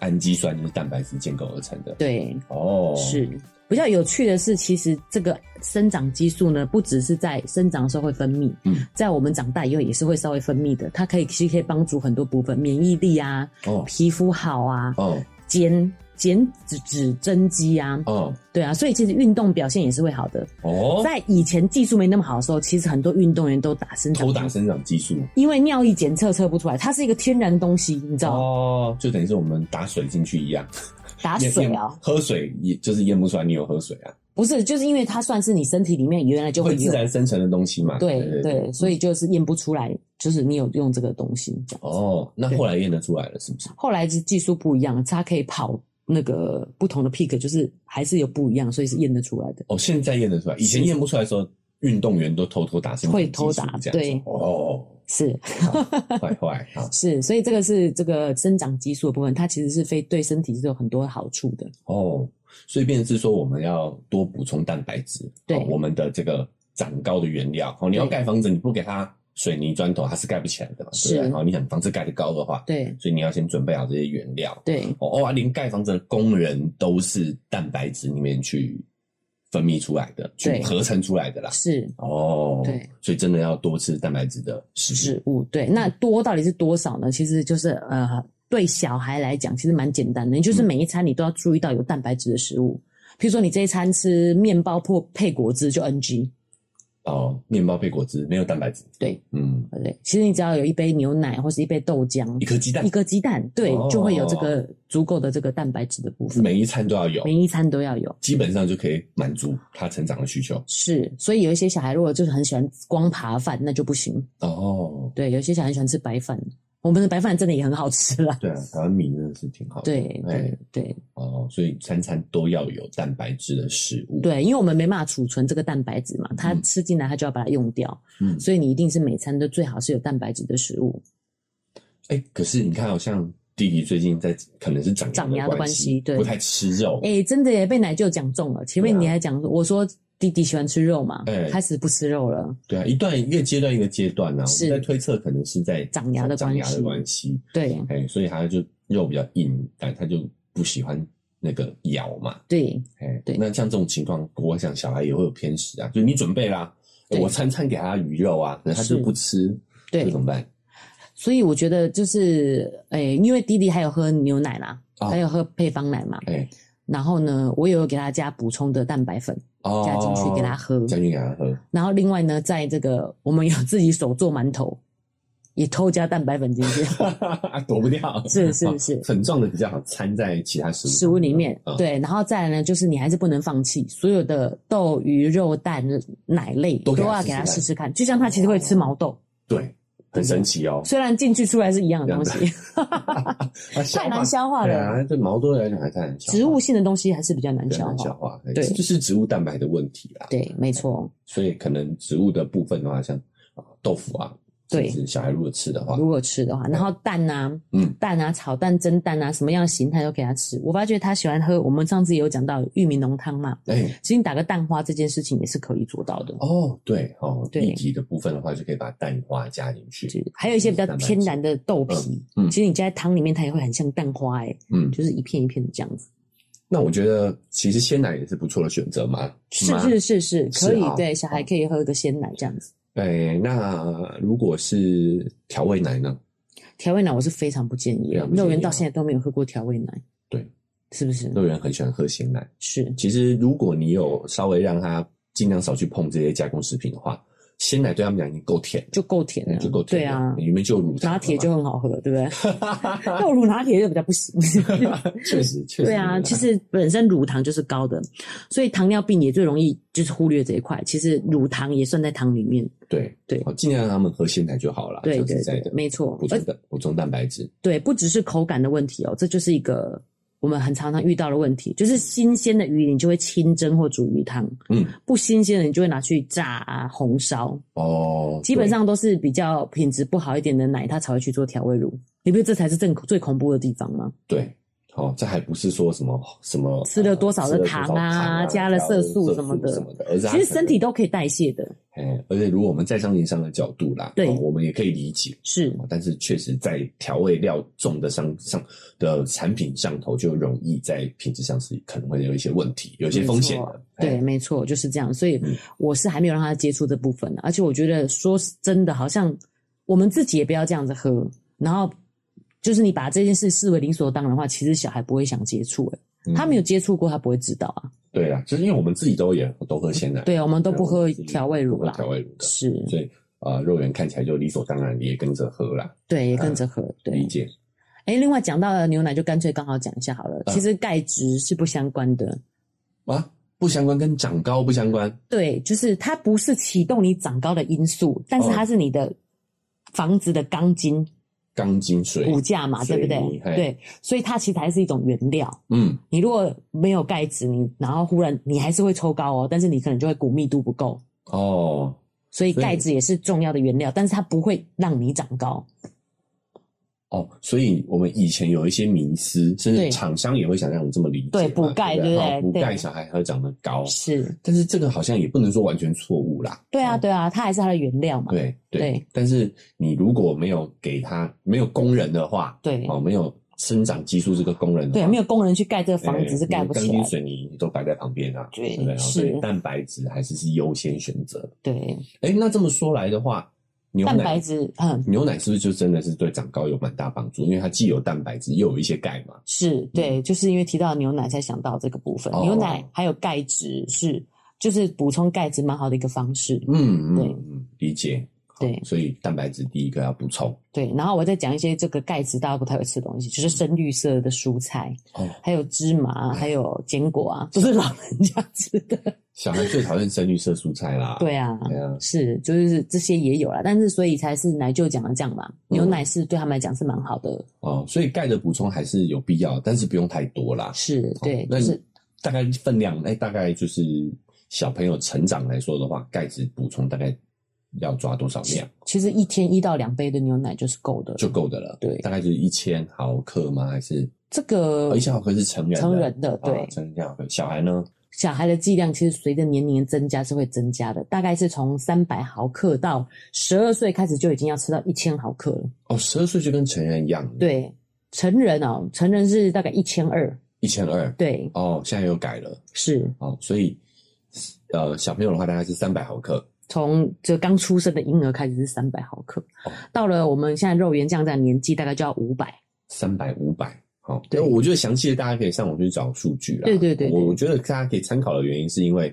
B: 氨基酸就是蛋白质建构而成的。
A: 对，
B: 哦，
A: 是。比较有趣的是，其实这个生长激素呢，不只是在生长的时候会分泌，
B: 嗯
A: 在我们长大以后也是会稍微分泌的。它可以其实可以帮助很多部分，免疫力啊，
B: 哦
A: 皮肤好啊，
B: 哦
A: 减减脂脂增肌啊，
B: 哦
A: 对啊，所以其实运动表现也是会好的。
B: 哦，
A: 在以前技术没那么好的时候，其实很多运动员都打生长
B: 偷
A: 激
B: 打
A: 素，
B: 生长激素
A: 因为尿液检测测不出来，它是一个天然的东西，你知道吗？
B: 哦，就等于是我们打水进去一样，
A: 打
B: 验
A: 水
B: 验
A: 啊，
B: 喝水也就是验不出来你有喝水啊，
A: 不是，就是因为它算是你身体里面原来就会
B: 会
A: 有
B: 自。然生成的东西嘛。
A: 对
B: 对嗯
A: 对，所以就是验不出来，就是你有用这个东西这样。
B: 哦，那后来验得出来了是不是？
A: 后来是技术不一样，它可以跑那个不同的 peak，就是还是有不一样，所以是验得出来的。
B: 哦，现在验得出来，以前
A: 是
B: 验不出来的时候，运动员都偷偷打身体
A: 会偷
B: 激素
A: 打
B: 这样子
A: 对
B: 哦，
A: 是
B: 坏坏啊，
A: 是，所以这个是这个生长激素的部分，它其实是非对身体是有很多好处的。
B: 哦，所以变成是说我们要多补充蛋白质，
A: 对
B: 哦我们的这个长高的原料。哦，你要
A: 对
B: 盖房子，你不给它水泥砖头，它是盖不起来的嘛，对不
A: 是
B: 对？哦，你想房子盖得高的话，
A: 对
B: 所以你要先准备好这些原料。
A: 对，
B: 哦，哦啊，连盖房子的工人都是蛋白质里面去分泌出来的，去
A: 对
B: 合成出来的啦。
A: 是
B: 哦，
A: 对，
B: 所以真的要多吃蛋白质的食
A: 植物。对，那多到底是多少呢？其实就是呃，对小孩来讲，其实蛮简单的，你就是每一餐你都要注意到有蛋白质的食物。譬如说，你这一餐吃面包或配果汁就 NG，
B: 物哦，面包配果汁没有蛋白质，
A: 对
B: 嗯，
A: 对不对？其实你只要有一杯牛奶或是一杯豆浆，
B: 一颗鸡蛋
A: 一，个鸡蛋，对，
B: 哦
A: 就会有这个足够的这个蛋白质的部分，
B: 每一餐都要有，
A: 每一餐都要有。
B: 基本上就可以满足他成长的需求。
A: 是，所以有一些小孩如果就是很喜欢光扒饭，那就不行。
B: 哦，
A: 对，有一些小孩很喜欢吃白饭，我们的白饭真的也很好吃 啦。
B: 对啊，台湾米真的是挺好的，
A: 对
B: 哎
A: 对对
B: 哦，所以餐餐都要有蛋白质的食物，，
A: 对，因为我们没办法储存这个蛋白质嘛，它
B: 嗯
A: 吃进来它就要把它用掉，
B: 嗯，
A: 所以你一定是每餐都最好是有蛋白质的食物。
B: 哎、可是你看，好像弟弟最近在可能是长
A: 长
B: 牙
A: 牙的关
B: 系，
A: 系对
B: 不太吃肉，
A: 哎、真的耶，被奶舅讲中了。前面
B: 哦对啊
A: 你还讲，我说弟弟喜欢吃肉嘛，
B: 哎
A: 开始不吃肉了。
B: 对啊，一段一个阶段一个阶段啊，我
A: 是
B: 们在推测可能是在
A: 长牙的
B: 长牙的
A: 关
B: 关系，
A: 对
B: 哎、所以他就肉比较硬，但他就不喜欢那个咬嘛，
A: 对，
B: 哎、
A: 对
B: 那像这种情况，我想小孩也会有偏食啊，就你准备啦，
A: 对
B: 我餐餐给他鱼肉啊，可是他就是不吃，
A: 对
B: 这怎么办？
A: 所以我觉得就是，诶、因为弟弟还有喝牛奶啦，
B: 哦
A: 还有喝配方奶嘛。
B: 哎、
A: 然后呢，我也有给他加补充的蛋白粉
B: 哦，
A: 加进去给他喝。
B: 加进去给他喝，
A: 然后另外呢，在这个我们有自己手做馒头，也偷加蛋白粉进 去
B: 躲不掉，
A: 是是是
B: 哦粉状的比较好掺在其他食物
A: 食物里面。
B: 啊
A: 对，然后再来呢，就是你还是不能放弃所有的豆、鱼、肉、蛋、奶类
B: 都
A: 都
B: 给他
A: 要
B: 试
A: 给他
B: 试看
A: 试试看。就像他其实会吃毛豆，
B: 对，很神奇哦。
A: 虽然进去出来是一样的东西，太
B: 太
A: 难消化
B: 啊对
A: 了。
B: 啊，对毛多来讲还太难消化，
A: 植物性的东西还是比较难
B: 对
A: 消
B: 难消
A: 化。
B: 化，
A: 对
B: 这就是植物蛋白的问题啦。，
A: 对，没错。
B: 所以可能植物的部分的话，像啊豆腐啊，
A: 对
B: 甚至小孩如果吃的话
A: 如，果吃的话，然后蛋啊，
B: 嗯
A: 蛋啊，炒蛋、蒸蛋啊，什么样的形态都给他吃。我发觉他喜欢喝，我们上次也有讲到玉米浓汤嘛，
B: 哎。
A: 其实你打个蛋花这件事情也是可以做到的。
B: 哦，对哦，
A: 对
B: 液体的部分的话，就可以把蛋花加进
A: 就
B: 去。
A: 是还有一些比
B: 嗯
A: 较天然的豆皮，
B: 嗯嗯
A: 其实你加在汤里面，它也会很像蛋花、欸，
B: 嗯，
A: 就是一片一片的这样子。
B: 那我觉得其实鲜奶也是不错的选择嘛。
A: 是
B: 吗
A: 是是是，
B: 是
A: 可以，
B: 啊
A: 对，小孩可以喝个鲜奶这样子。
B: 哎，那如果是调味奶呢？
A: 调味奶我是非常不建议
B: 对
A: 的
B: 啊，不建议啊
A: 肉圆到现在都没有喝过调味奶，
B: 对，
A: 是不是？
B: 肉圆很喜欢喝鲜奶。
A: 是
B: 其实如果你有稍微让他尽量少去碰这些加工食品的话，鲜奶对他们俩已经够甜了，
A: 就够甜了，
B: 嗯就够甜
A: 对啊
B: 了，，里面就有乳
A: 拿
B: 糖了嘛
A: 铁就很好喝，对不对？ 豆乳拿铁就比较不行。
B: 确实确实
A: 对啊，其实本身乳糖就是高的，所以糖尿病也最容易就是忽略这一块。其实乳糖也算在糖里面，
B: 对
A: 对
B: 好尽量让他们喝鲜奶啊就好了，
A: 对
B: 说
A: 对
B: 实在
A: 对
B: 的，，
A: 没错
B: 补。
A: 而
B: 充蛋补充蛋白质，
A: 对，不只是口感的问题哦，这就是一个我们很常常遇到的问题，就是新鲜的鱼你就会清蒸或煮鱼汤，
B: 嗯，
A: 不新鲜的你就会拿去炸啊、红烧，
B: 哦，
A: 基本
B: 对
A: 上都是比较品质不好一点的奶，它才会去做调味乳。你不觉得这才是正最恐怖的地方吗？
B: 对。好、这还不是说什么什么呃
A: 吃了多少的
B: 吃了
A: 糖啊
B: 多少啊，
A: 加了色素
B: 什
A: 什么的
B: 啊什么的，而是
A: 其实身体都可以代谢的，
B: 哎，而且如果我们在商言商的角度啦，
A: 对
B: 哦我们也可以理解，
A: 是
B: 但是确实在调味料重的上上的产品上头，就容易在品质上是可能会有一些问题，有一些风险的。
A: 对，
B: 哎，
A: 没错，就是这样。所以
B: 嗯
A: 我是还没有让他接触这部分的，啊而且我觉得说真的，好像我们自己也不要这样子喝，然后就是你把这件事视为理所当然的话，其实小孩不会想接触、欸，
B: 嗯
A: 他没有接触过，他不会知道啊。
B: 对啊，就是因为我们自己都也都喝鲜奶，
A: 对，啊我们都
B: 对，
A: 不喝
B: 我们自己
A: 调味乳
B: 不喝
A: 啦，
B: 调味乳的，
A: 是，
B: 所以啊、呃肉圆看起来就理所当然也跟着喝啦，
A: 对，也跟着喝，对
B: 理。解。
A: 哎，另外讲到了牛奶，就干脆刚好讲一下好了。
B: 嗯
A: 其实钙质是不相关的，
B: 啊，不相关，跟长高不相关
A: 对，就是它不是启动你长高的因素，但是
B: 哦
A: 它是你的房子的钢筋。
B: 钢筋水，
A: 骨架嘛，对不
B: 水泥
A: 对？
B: 嘿
A: 对，所以它其实还是一种原料。
B: 嗯，
A: 你如果没有钙质，你然后忽然你还是会抽高哦，但是你可能就会骨密度不够，
B: 哦，
A: 所以
B: 所以
A: 钙质也是重要的原料，但是它不会让你长高。
B: 哦，所以我们以前有一些迷思，甚至
A: 对
B: 厂商也会想让我们这么理解嘛，
A: 对补钙
B: 对
A: 对不对
B: 好补钙
A: 对
B: 小孩才会长得高，
A: 是，
B: 但是这个好像也不能说完全错误啦。
A: 对啊，
B: 嗯
A: 对啊，它还是它的原料嘛。
B: 对对
A: 对
B: 但是你如果没有给他没有工人的话，
A: 对
B: 哦，没有生长激素这个功能的
A: 对，
B: 话，
A: 没有工人去盖这个
B: 哎
A: 房子是盖不
B: 你
A: 起
B: 钢
A: 来
B: 筋
A: 的。
B: 水泥都摆在旁边啊，
A: 对
B: 对不对？
A: 是
B: 所以蛋白质还是是优先选择。
A: 对，
B: 哎，那这么说来的话，牛
A: 蛋白
B: 奶
A: 质，嗯，
B: 牛奶是不是就真的是对长高有蛮大帮助？因为它既有蛋白质，又有一些钙嘛。
A: 是对，就是因为提到牛奶才想到这个部分，
B: 嗯哦
A: 牛奶还有钙质是，就是补充钙质蛮好的一个方式。
B: 嗯
A: 对
B: 嗯嗯，理解。好
A: 对
B: 所以蛋白质第一个要补充
A: 对，然后我再讲一些这个钙质大家不太会吃的东西，就是深绿色的蔬菜，
B: 嗯哦。
A: 还有芝麻，还有坚果啊，都是老人家吃 的。
B: 小孩最讨厌深绿色蔬菜啦。
A: 对啊，
B: 对啊，
A: 是，就是这些也有啦，但是所以才是奶舅讲的这样嘛，
B: 嗯
A: 牛奶是对他们来讲是蛮好的，
B: 哦，所以钙的补充还是有必要，但是不用太多啦。哦
A: 是对，
B: 啊那
A: 就
B: 你
A: 是
B: 大概分量，哎、大概就是小朋友成长来说的话，钙质补充大概要抓多少量
A: 其实一天一到两杯的牛奶就是够的，
B: 就够的了？
A: 对
B: 大概就是一千毫克吗？还是
A: 这个
B: 哦一千毫克是成人的？
A: 成人的
B: 啊
A: 对
B: 成人一千毫克。小孩呢？
A: 小孩的剂量其实随着年龄的增加是会增加的，大概是从三百毫克到十二岁开始就已经要吃到一千毫克了。
B: 哦，十二岁就跟成人一样，，
A: 对，成人哦，成人是大概一千二，
B: 一千二。
A: 对，
B: 哦，现在又改了
A: 是
B: 哦，所以呃，小朋友的话大概是三百毫克。
A: 从就刚出生的婴儿开始是三百毫克，
B: 哦
A: 到了我们现在肉圆酱这样的年纪，大概就要五百。
B: 三百、五百。好，
A: 对
B: 对，我觉得详细的大家可以上网去找数据啦。
A: 对对对对
B: 我我觉得大家可以参考的原因是因为，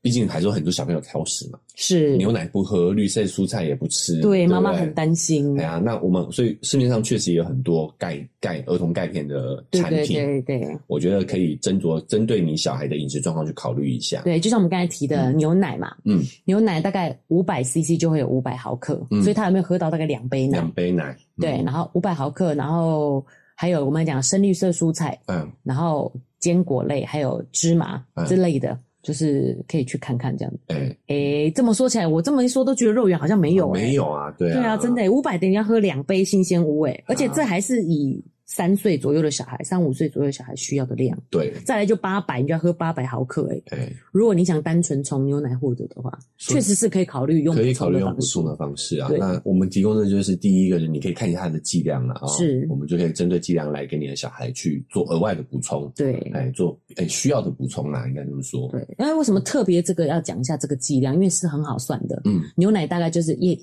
B: 毕竟还是有很多小朋友挑食嘛，
A: 是，
B: 牛奶不喝，绿色蔬菜也不吃，对不
A: 对
B: 对，
A: 妈妈很担心
B: 哎。呀，那我们所以市面上确实也有很多钙钙儿童钙片的
A: 对
B: 产
A: 对
B: 品，
A: 对对
B: 我觉得可以斟酌针对你小孩的饮食状况去考虑一下。
A: 对，就像我们刚才提的牛奶嘛，
B: 嗯，
A: 牛奶大概五百 CC 就会有五百毫克，
B: 嗯
A: 所以他有没有喝到大概两杯奶？
B: 两杯奶，嗯
A: 对，，然后五百毫克，然后还有我们讲深绿色蔬菜，
B: 嗯，
A: 然后坚果类，还有芝麻
B: 嗯
A: 之类的，就是可以去看看这样。
B: 哎，
A: 诶，这么说起来，我这么一说都觉得肉圆好像没有、诶
B: 没。有啊，对啊，
A: 对啊，真的、，五百等于要喝两杯新鲜乌诶，而且
B: 啊
A: 这还是以三岁左右的小孩，三五岁左右的小孩需要的量。
B: 对，
A: 再来就八百，你就要喝八百毫克诶。
B: 哎，
A: 如果你想单纯从牛奶获得的话，
B: 所以
A: 确实是可以考虑用
B: 可以
A: 补充
B: 考虑
A: 的
B: 用
A: 方
B: 补
A: 式
B: 充的方式啊
A: 对。
B: 那我们提供的就是第一个，你可以看一下它的剂量了啊、
A: 是
B: 我们就可以针对剂量来给你的小孩去做额外的补充，
A: 对
B: 哎，做哎需要的补充啦，应该这么说。
A: 对，那为什么特别这个要讲一下这个剂量？因为是很好算的。
B: 嗯，
A: 牛奶大概就是一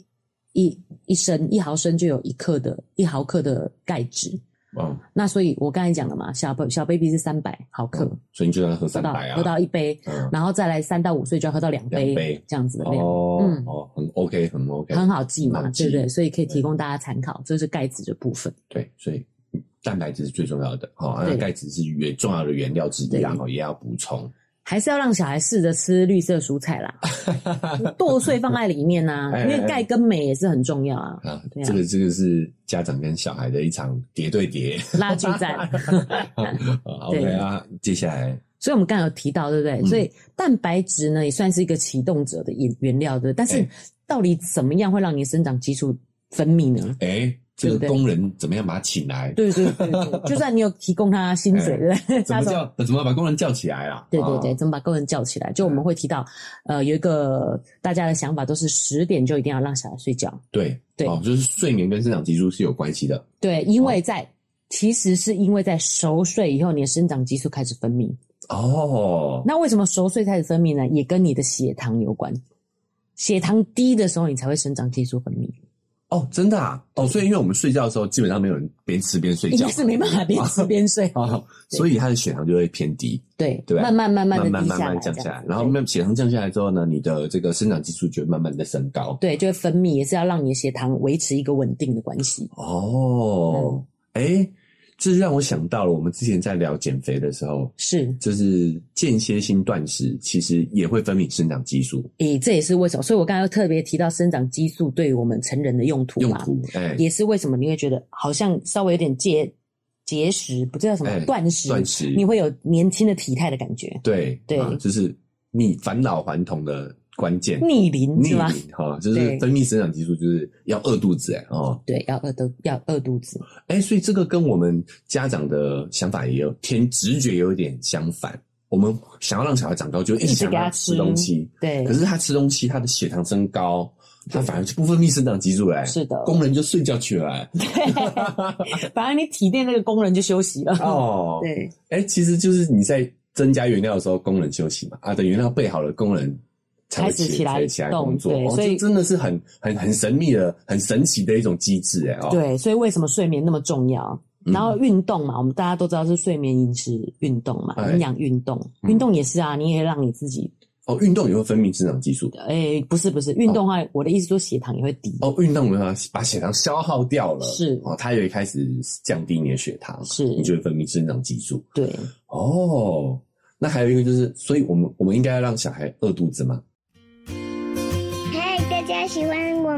A: 一一升一毫升就有一克的一毫克的钙质。
B: 哦，
A: 那所以我刚才讲了嘛，小朋小 baby 是三百毫克，
B: 所以你就让他喝
A: 喝
B: 嗯三
A: 到
B: 百啊，
A: 喝到一杯，
B: 嗯，
A: 然后再来三到五岁就要喝到两杯，
B: 两杯
A: 这样子的量。
B: 哦、
A: 嗯
B: 哦，很 OK，很 OK，
A: 很好记嘛
B: 很，好
A: 对
B: 记
A: 不对？所以可以提供大家参考，这是钙质的部分。
B: 对，所以。蛋白质是最重要的，好、哦，
A: 对
B: 那钙质是原重要的原料之一啊，
A: 对
B: 哦，也要补充。
A: 还是要让小孩试着吃绿色蔬菜 啦，剁碎放在里面呐、
B: 哎哎
A: 因为钙跟镁也是很重要啊。
B: 啊
A: 对，啊
B: 这个这个是家长跟小孩的一场叠对叠，
A: 拉锯 战
B: o k 啊，接下来
A: 所以我们刚才有提到，对不对？
B: 嗯
A: 所以蛋白质呢也算是一个启动者的原原料，对不对。但是
B: 哎
A: 到底怎么样会让你生长激素分泌呢？
B: 哎、
A: 对
B: 这
A: 不
B: 个
A: 对
B: 工人怎么样把他请来？
A: 对对对对， 就算你有提供他薪水，
B: 哎
A: 对不对？
B: 怎
A: 他
B: 么
A: 说
B: 叫怎么把工人叫起来啊？
A: 对对对，
B: 啊，
A: 怎么把工人叫起来？就我
B: 嗯
A: 们会提到，呃，有一个大家的想法都是十点就一定要让小孩睡觉，
B: 对
A: 对
B: 哦，就是睡眠跟生长激素是有关系的。
A: 对，因
B: 哦
A: 为在、其实是因为在熟睡以后，你的生长激素开始分泌。
B: 哦，
A: 那为什么熟睡开始分泌呢？也跟你的血糖有关，血糖低的时候，你才会生长激素分泌。
B: 哦，真的啊，哦，所以因为我们睡觉的时候，基本上没有人边吃边睡
A: 应
B: 觉
A: 该，是没办法边吃边睡，
B: 哦， 所以他的血糖就会偏低，
A: 对，
B: 对吧
A: 慢慢慢慢的
B: 慢慢
A: 低
B: 慢
A: 下来，
B: 慢降下
A: 这样
B: 来，
A: 子
B: 然后慢慢血糖降下来之后呢，你的这个生长激素就会慢慢的升高。
A: 对对，就会分泌，也是要让你的血糖维持一个稳定的关系。
B: 哦，
A: 嗯
B: 哎、这让我想到了，我们之前在聊减肥的时候，
A: 是，
B: 就是间歇性断食，其实也会分泌生长激素
A: 诶，这也是为什么，所以我刚才又特别提到生长激素对于我们成人的用途
B: 用
A: 嘛，
B: 途，哎、
A: 也是为什么你会觉得好像稍微有点节节食，不知道什么
B: 哎
A: 断食，
B: 断食
A: 你会有年轻的体态的感觉，
B: 对
A: 对
B: 啊就是你返老还童的关键。
A: 逆龄
B: 逆
A: 是吗？
B: 龄哈，就是
A: 对
B: 分泌生长激素，就是要饿肚子哎、哦，
A: 对，要饿肚要饿肚子，
B: 哎、所以这个跟我们家长的想法也有天直觉有点相反。我们想要让小孩长高，就一
A: 一
B: 直
A: 直
B: 想
A: 给
B: 让
A: 他
B: 吃
A: 吃
B: 东西，
A: 对
B: 可，是他吃东西，他的血糖升高，他反而就不分泌生长激素嘞，欸
A: 是的
B: 工人就睡觉去 了。欸
A: 反而你体内那个工人就休息了。
B: 哦，
A: 对，
B: 哎、其实就是你在增加原料的时候，工人休息嘛，啊，等原料备好了，工人才会
A: 开始
B: 起
A: 起来
B: 才起来
A: 动
B: 工作，
A: 对
B: 哦，
A: 所以
B: 这真的是很很很神秘的、很神奇的一种机制，哎，哦，，
A: 对，所以为什么睡眠那么重要？
B: 嗯
A: 然后运动嘛，我们大家都知道是睡眠、饮食、运动嘛，
B: 哎
A: 营养、运动，
B: 嗯
A: 运动也是啊，你也让你自己，
B: 哦，运动也会分泌生长激素，
A: 哎，不是不是，运动的话，我的意思说血糖也会低，
B: 哦，运动的话把血糖消耗掉了，
A: 是
B: 哦，它也开始降低你的血糖，
A: 是
B: 你就会分泌生长激素，
A: 对，
B: 哦，那还有一个就是，所以我们我们应该要让小孩饿肚子吗？
C: 嗨，大家喜欢我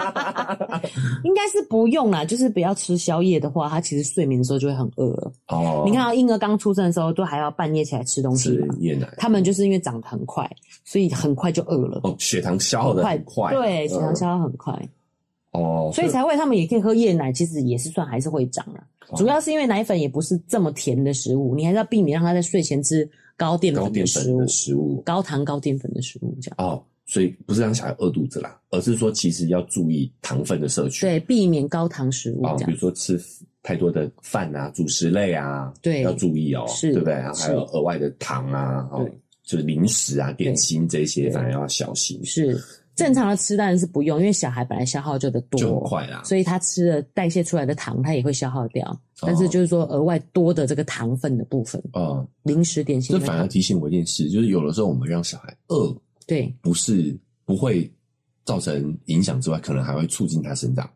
A: 应该是不用啦，就是不要吃宵夜的话，他其实睡眠的时候就会很饿了。
B: 哦
A: 你看，啊，婴儿刚出生的时候都还要半夜起来吃东西
B: 吃
A: 嘛，
B: 夜奶，
A: 他们就是因为长得很快，所以很快就饿了，
B: 哦，血糖消耗的很快，
A: 对，
B: 嗯
A: 血糖消耗很快，
B: 哦，
A: 所以才会他们也可以喝夜奶，其实也是算还是会长啦。
B: 哦
A: 主要是因为奶粉也不是这么甜的食物，你还是要避免让他在睡前吃高淀
B: 高
A: 粉
B: 淀
A: 的食
B: 粉
A: 物
B: 的、食物
A: 高糖、高淀粉的食物这样。
B: 哦，所以不是让小孩饿肚子啦，而是说其实要注意糖分的摄取，
A: 对，避免高糖食物
B: 哦，
A: 这样
B: 比如。说吃太多的饭啊、主食类啊，
A: 对
B: 要注意哦，
A: 是
B: 对不对？然后还有
A: 是
B: 额外的糖啊，哦
A: 对，
B: 就是零食啊、点心这些，反而要小心，
A: 是正常的吃当然是不用，因为小孩本来消耗就得多，
B: 就很快啦。
A: 所以他吃了代谢出来的糖，他也会消耗掉。但是就是说额外多的这个糖分的部分，
B: 哦，
A: 零食点
B: 这
A: 心的
B: 反而
A: 糖，
B: 提醒我一件事，就是有的时候我们让小孩饿，
A: 对，
B: 不是不会造成影响之外，可能还会促进他生长。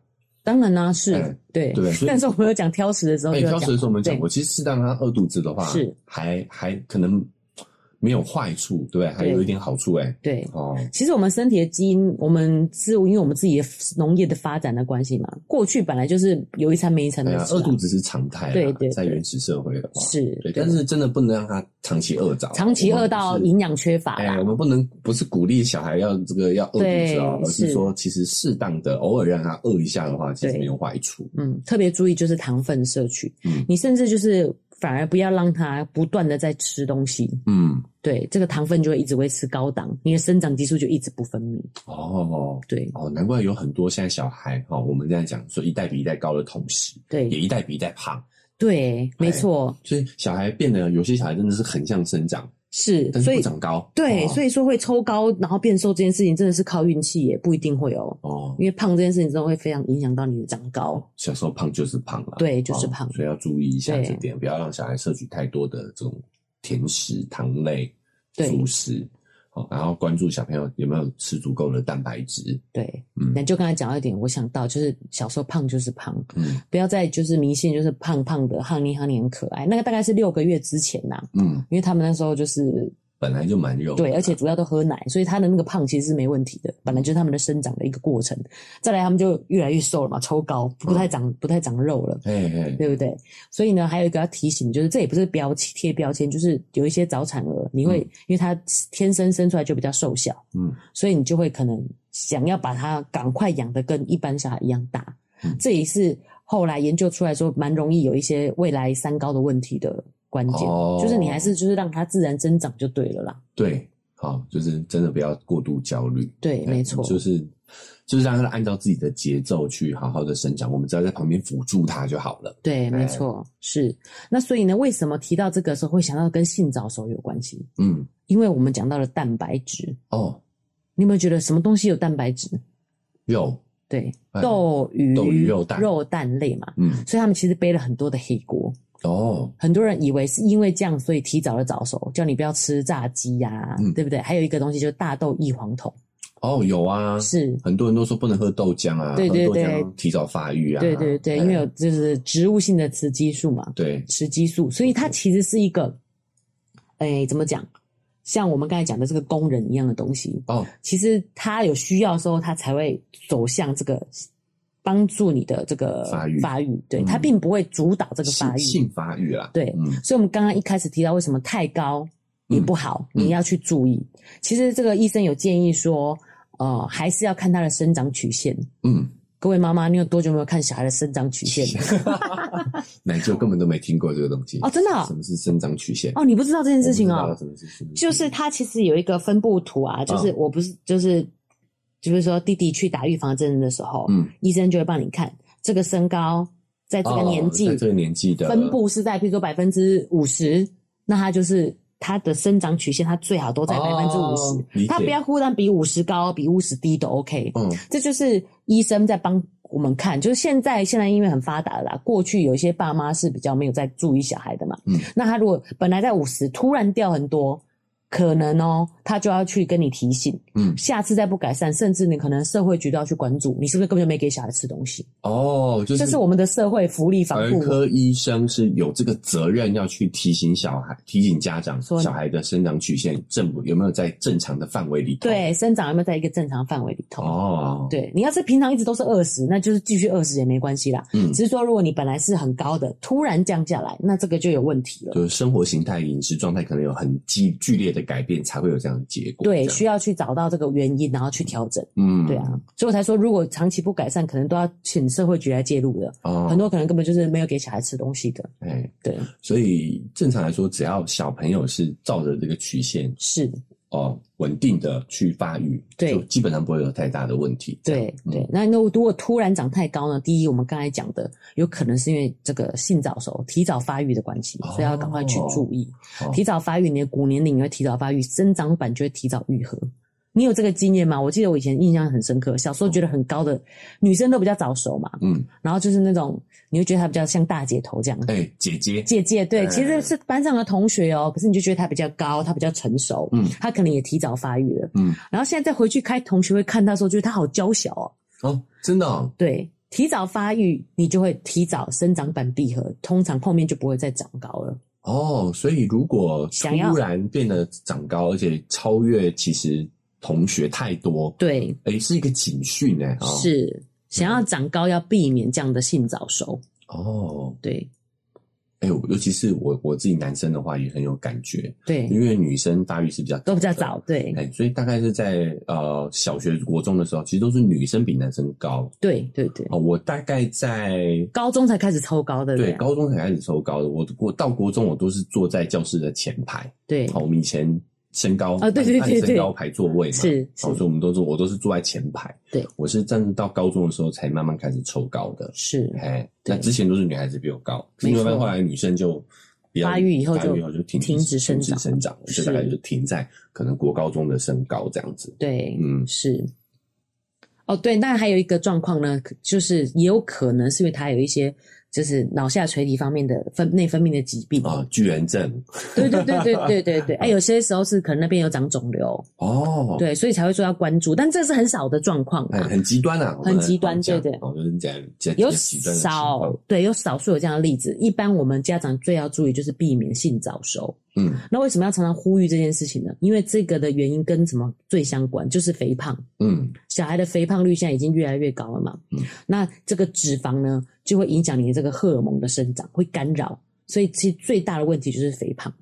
A: 当然啦、是、
B: 哎
A: 对。
B: 对所以
A: 但是我们有讲挑食的时候
B: 哎，
A: 就要
B: 挑食的时候我们讲
A: 对
B: 过，其实适当让他饿肚子的话，
A: 是
B: 还还可能没有坏处，对不对？还
A: 对
B: 有一点好处，哎，
A: 对，
B: 哦，
A: 其实我们身体的基因，我们是因为我们自己的农业的发展的关系嘛，过去本来就是有一餐没一餐
B: 对
A: 的
B: 啊，
A: 吃、
B: 饿肚子是常态啦，
A: 对对
B: 在
A: 对
B: 原始社会的话
A: 是
B: 对，
A: 对
B: 但是真的不能让他长期饿着，
A: 长期饿到
B: 我们不是
A: 营养缺乏
B: 哎、
A: 啦。
B: 我们不能不是鼓励小孩要这个要饿肚子哦，
A: 对
B: 而是
A: 是
B: 说其实适当的偶尔让他饿一下的话，其实
A: 对
B: 没有坏处。
A: 嗯，特别注意就是糖分摄取，
B: 嗯
A: 你甚至就是反而不要让他不断的在吃东西，
B: 嗯，
A: 对，这个糖分就会一直维持高档，你的生长激素就一直不分泌，
B: 哦
A: 对
B: 哦，难怪有很多现在小孩哈、哦，我们这样讲说一代比一代高的同时，也哎
A: 对
B: 一代比一代胖，
A: 对，没错，
B: 所以小孩变得有些小孩真的是横向生长，
A: 是，
B: 但是
A: 所
B: 不
A: 以
B: 长高。
A: 对，
B: 哦、
A: 所
B: 以
A: 以说会抽高然后变瘦这件事情真的是靠运气，也不一定会哦。
B: 哦
A: 因，为胖这件事情真的会非常影响到你的长高。
B: 小时候胖就是胖了，
A: 对就是胖
B: 哦所以要注意一下
A: 对
B: 这点，不要让小孩摄取太多的这种甜食、糖类、
A: 对
B: 主食，好，然后关注小朋友有没有吃足够的蛋白质，
A: 对，
B: 嗯
A: 那就刚才讲到一点，我想到就是小时候胖就是胖，
B: 嗯
A: 不要再就是迷信，就是胖胖的，哈尼哈尼很可爱。那个大概是六个月之前呐、
B: 嗯，
A: 因为他们那时候就是
B: 本来就蛮肉的，
A: 对，而且主要都喝奶，所以他的那个胖其实是没问题的，本来就是他们的生长的一个过程。再来，他们就越来越瘦了嘛，抽高，不
B: 嗯
A: 太长，不太长肉了。
B: 嘿嘿，
A: 对不对？所以呢，还有一个要提醒，就是这也不是标签贴标签，就是有一些早产儿，你会、因为他天生生出来就比较瘦小，
B: 嗯，
A: 所以你就会可能想要把它赶快养得跟一般小孩一样大，
B: 嗯
A: 这也是后来研究出来说蛮容易有一些未来三高的问题的关键，
B: 哦
A: 就是你还是就是让它自然增长就对了啦。
B: 对，好，就是真的不要过度焦虑，哎
A: 对，没错，
B: 就是。就是让他按照自己的节奏去好好的生长，我们只要在旁边辅助他就好了。
A: 对，
B: 哎
A: 没错，是。那所以呢，为什么提到这个时候会想到跟性早熟有关系？
B: 嗯，
A: 因为我们讲到了蛋白质。
B: 哦，
A: 你有没有觉得什么东西有蛋白质？
B: 肉，
A: 对，
B: 哎
A: 豆鱼、
B: 豆鱼肉蛋
A: 肉蛋类嘛，
B: 嗯，
A: 所以他们其实背了很多的黑锅。
B: 哦，
A: 很多人以为是因为这样，所以提早了早熟，叫你不要吃炸鸡呀、
B: 嗯
A: 对不对？还有一个东西就是大豆异黄酮，
B: 哦，有啊，
A: 是，
B: 很多人都说不能喝豆浆啊，
A: 对对
B: 喝豆
A: 对
B: 浆提早发育啊，
A: 对对对，
B: 哎
A: 因为有就是植物性的雌激素嘛，
B: 对
A: 雌激素，所以它其实是一个，哎，怎么讲？像我们刚才讲的这个工人一样的东西，
B: 哦，
A: 其实他有需要的时候，他才会走向这个帮助你的这个
B: 发育
A: 发育，对，
B: 嗯
A: 它并不会主导这个发
B: 性
A: 育。
B: 性发育啦，
A: 对
B: 嗯，
A: 所以，我们刚刚一开始提到，为什么太高也不好，
B: 嗯
A: 你要去注意。其实，这个医生有建议说，呃，还是要看他的生长曲线。
B: 嗯，
A: 各位妈妈，你有多久没有看小孩的生长曲线了？
B: 奶舅根本都没听过这个东西
A: 哦，真的哦
B: 什么是生长曲线？
A: 哦，你不知道这件事情
B: 我
A: 哦
B: 不知道，什么是生长曲线
A: 就是它其实有一个分布图啊，
B: 嗯
A: 就是我不是就是，就比如说弟弟去打预防针的时候，
B: 嗯，
A: 医生就会帮你看这个身高，在这个年纪、
B: 哦在这个年纪的
A: 分布是在，譬如说百分之五十，那它就是它的生长曲线，它最好都在百分之五
B: 哦理
A: 十，
B: 解
A: 它不要忽然比五十高，比五十低都 OK。
B: 嗯
A: 这就是医生在帮我们看，就是现在现在因为很发达了啦，过去有一些爸妈是比较没有在注意小孩的嘛，
B: 嗯，
A: 那他如果本来在五十，突然掉很多。可能哦，他就要去跟你提醒，
B: 嗯
A: 下次再不改善，甚至你可能社会局都要去关注，你是不是根本就没给小孩吃东西？
B: 哦，就是哎哦
A: 这是我们的社会福利防
B: 儿
A: 护网。
B: 科医生是有这个责任要去提醒小孩、提醒家长，
A: 说
B: 小孩的生长曲线正不有没有在正常的范围里头？，
A: 对，生长有没有在一个正常范围里头？
B: 哦，，
A: 对，你要是平常一直都是二十，那就是继续二十也没关系啦。
B: 嗯，
A: 只是说，如果你本来是很高的，突然降下来，那这个就有问题了。
B: 就是生活形态、饮食状态可能有很激剧烈的改变，才会有这样的结果。
A: 对，
B: 这样
A: 需要去找到这个原因，然后去调整。
B: 嗯，
A: 对啊，，所以我才说，如果长期不改善，可能都要请社会局来介入的。
B: 哦，
A: 很多可能根本就是没有给小孩吃东西的。
B: 哎，
A: 对，
B: 所以正常来说，只要小朋友是照着这个曲线
A: 是，
B: 哦稳定的去发育，
A: 对
B: 就基本上不会有太大的问题。这样嗯
A: 对，对。那那如果突然长太高呢？第一，我们刚才讲的，有可能是因为这个性早熟、提早发育的关系，所以要赶快去注意。
B: 哦
A: 提早发育，你的骨年龄也会提早发育，生长板就会提早愈合。你有这个经验吗？我记得我以前印象很深刻，小时
B: 哦
A: 候觉得很高的女生都比较早熟嘛，
B: 嗯，
A: 然后就是那种你会觉得她比较像大姐头这样。
B: 哎，姐姐，
A: 姐姐对，
B: 嗯
A: 其实是班上的同学哦，可是你就觉得她比较高，她比较成熟，
B: 嗯
A: 她可能也提早发育了。
B: 嗯，
A: 然后现在再回去开同学会看她的时候，觉得她好娇小哦。
B: 哦，真的哦，
A: 对，提早发育，你就会提早生长板闭合，通常后面就不会再长高了。
B: 哦，所以如果
A: 想要
B: 突然变得长高，而且超越其实同学太多，，
A: 对，
B: 哎，是一个警讯哎，哦
A: 是想要长高，要避免这样的性早熟。
B: 哦，
A: 对
B: 哎，我尤其是我我自己男生的话也很有感觉，
A: 对，
B: 因为女生发育是比较
A: 都比较
B: 的
A: 早。对
B: 哎，所以大概是在呃小学、国中的时候，其实都是女生比男生高
A: 对对对，
B: 哦。我大概在
A: 高中才开始抽高，对啊不
B: 对
A: 对？
B: 高中才开始抽高的，我我到国中我都是坐在教室的前排。哦
A: 对
B: 好，我们以前身高
A: 啊对对
B: 按
A: 对
B: 按
A: 对
B: 身高排座位嘛，哦
A: 是是
B: 好，所以我们都是我都是坐在前排。
A: 对，
B: 我是站到高中的时候才慢慢开始抽高的。
A: 是，
B: 哎，
A: 对
B: 那之前都是女孩子比我高，可
A: 没
B: 是
A: 错
B: 慢慢后来女生就比较
A: 发育以后
B: 发
A: 就
B: 育以后就停
A: 停止生
B: 停
A: 长
B: 止生长了，就是大概就停在可能国高中的身高这样子。
A: 对，
B: 嗯
A: 是。哦，对，那还有一个状况呢，就是也有可能是因为他有一些就是脑下垂体方面的分内分泌的疾病。
B: 啊，巨人症
A: 对对对对对对对，哎，有些时候是可能那边有长肿瘤，
B: 哦，，
A: 对，所以才会说要关注，但这是很少的状况
B: 很
A: 啊。
B: 很极端啊，我们
A: 很极端
B: 这样
A: 对对
B: 哦，就是讲讲
A: 有
B: 讲极端的情
A: 少
B: 况，
A: 对有少数有这样的例子。一般我们家长最要注意就是避免性早熟。
B: 嗯，
A: 那为什么要常常呼吁这件事情呢？因为这个的原因跟什么最相关？就是肥胖。
B: 嗯
A: 小孩的肥胖率现在已经越来越高了嘛，
B: 嗯
A: 那这个脂肪呢就会影响你的这个荷尔蒙的生长，会干扰。所以其实最大的问题就是肥胖。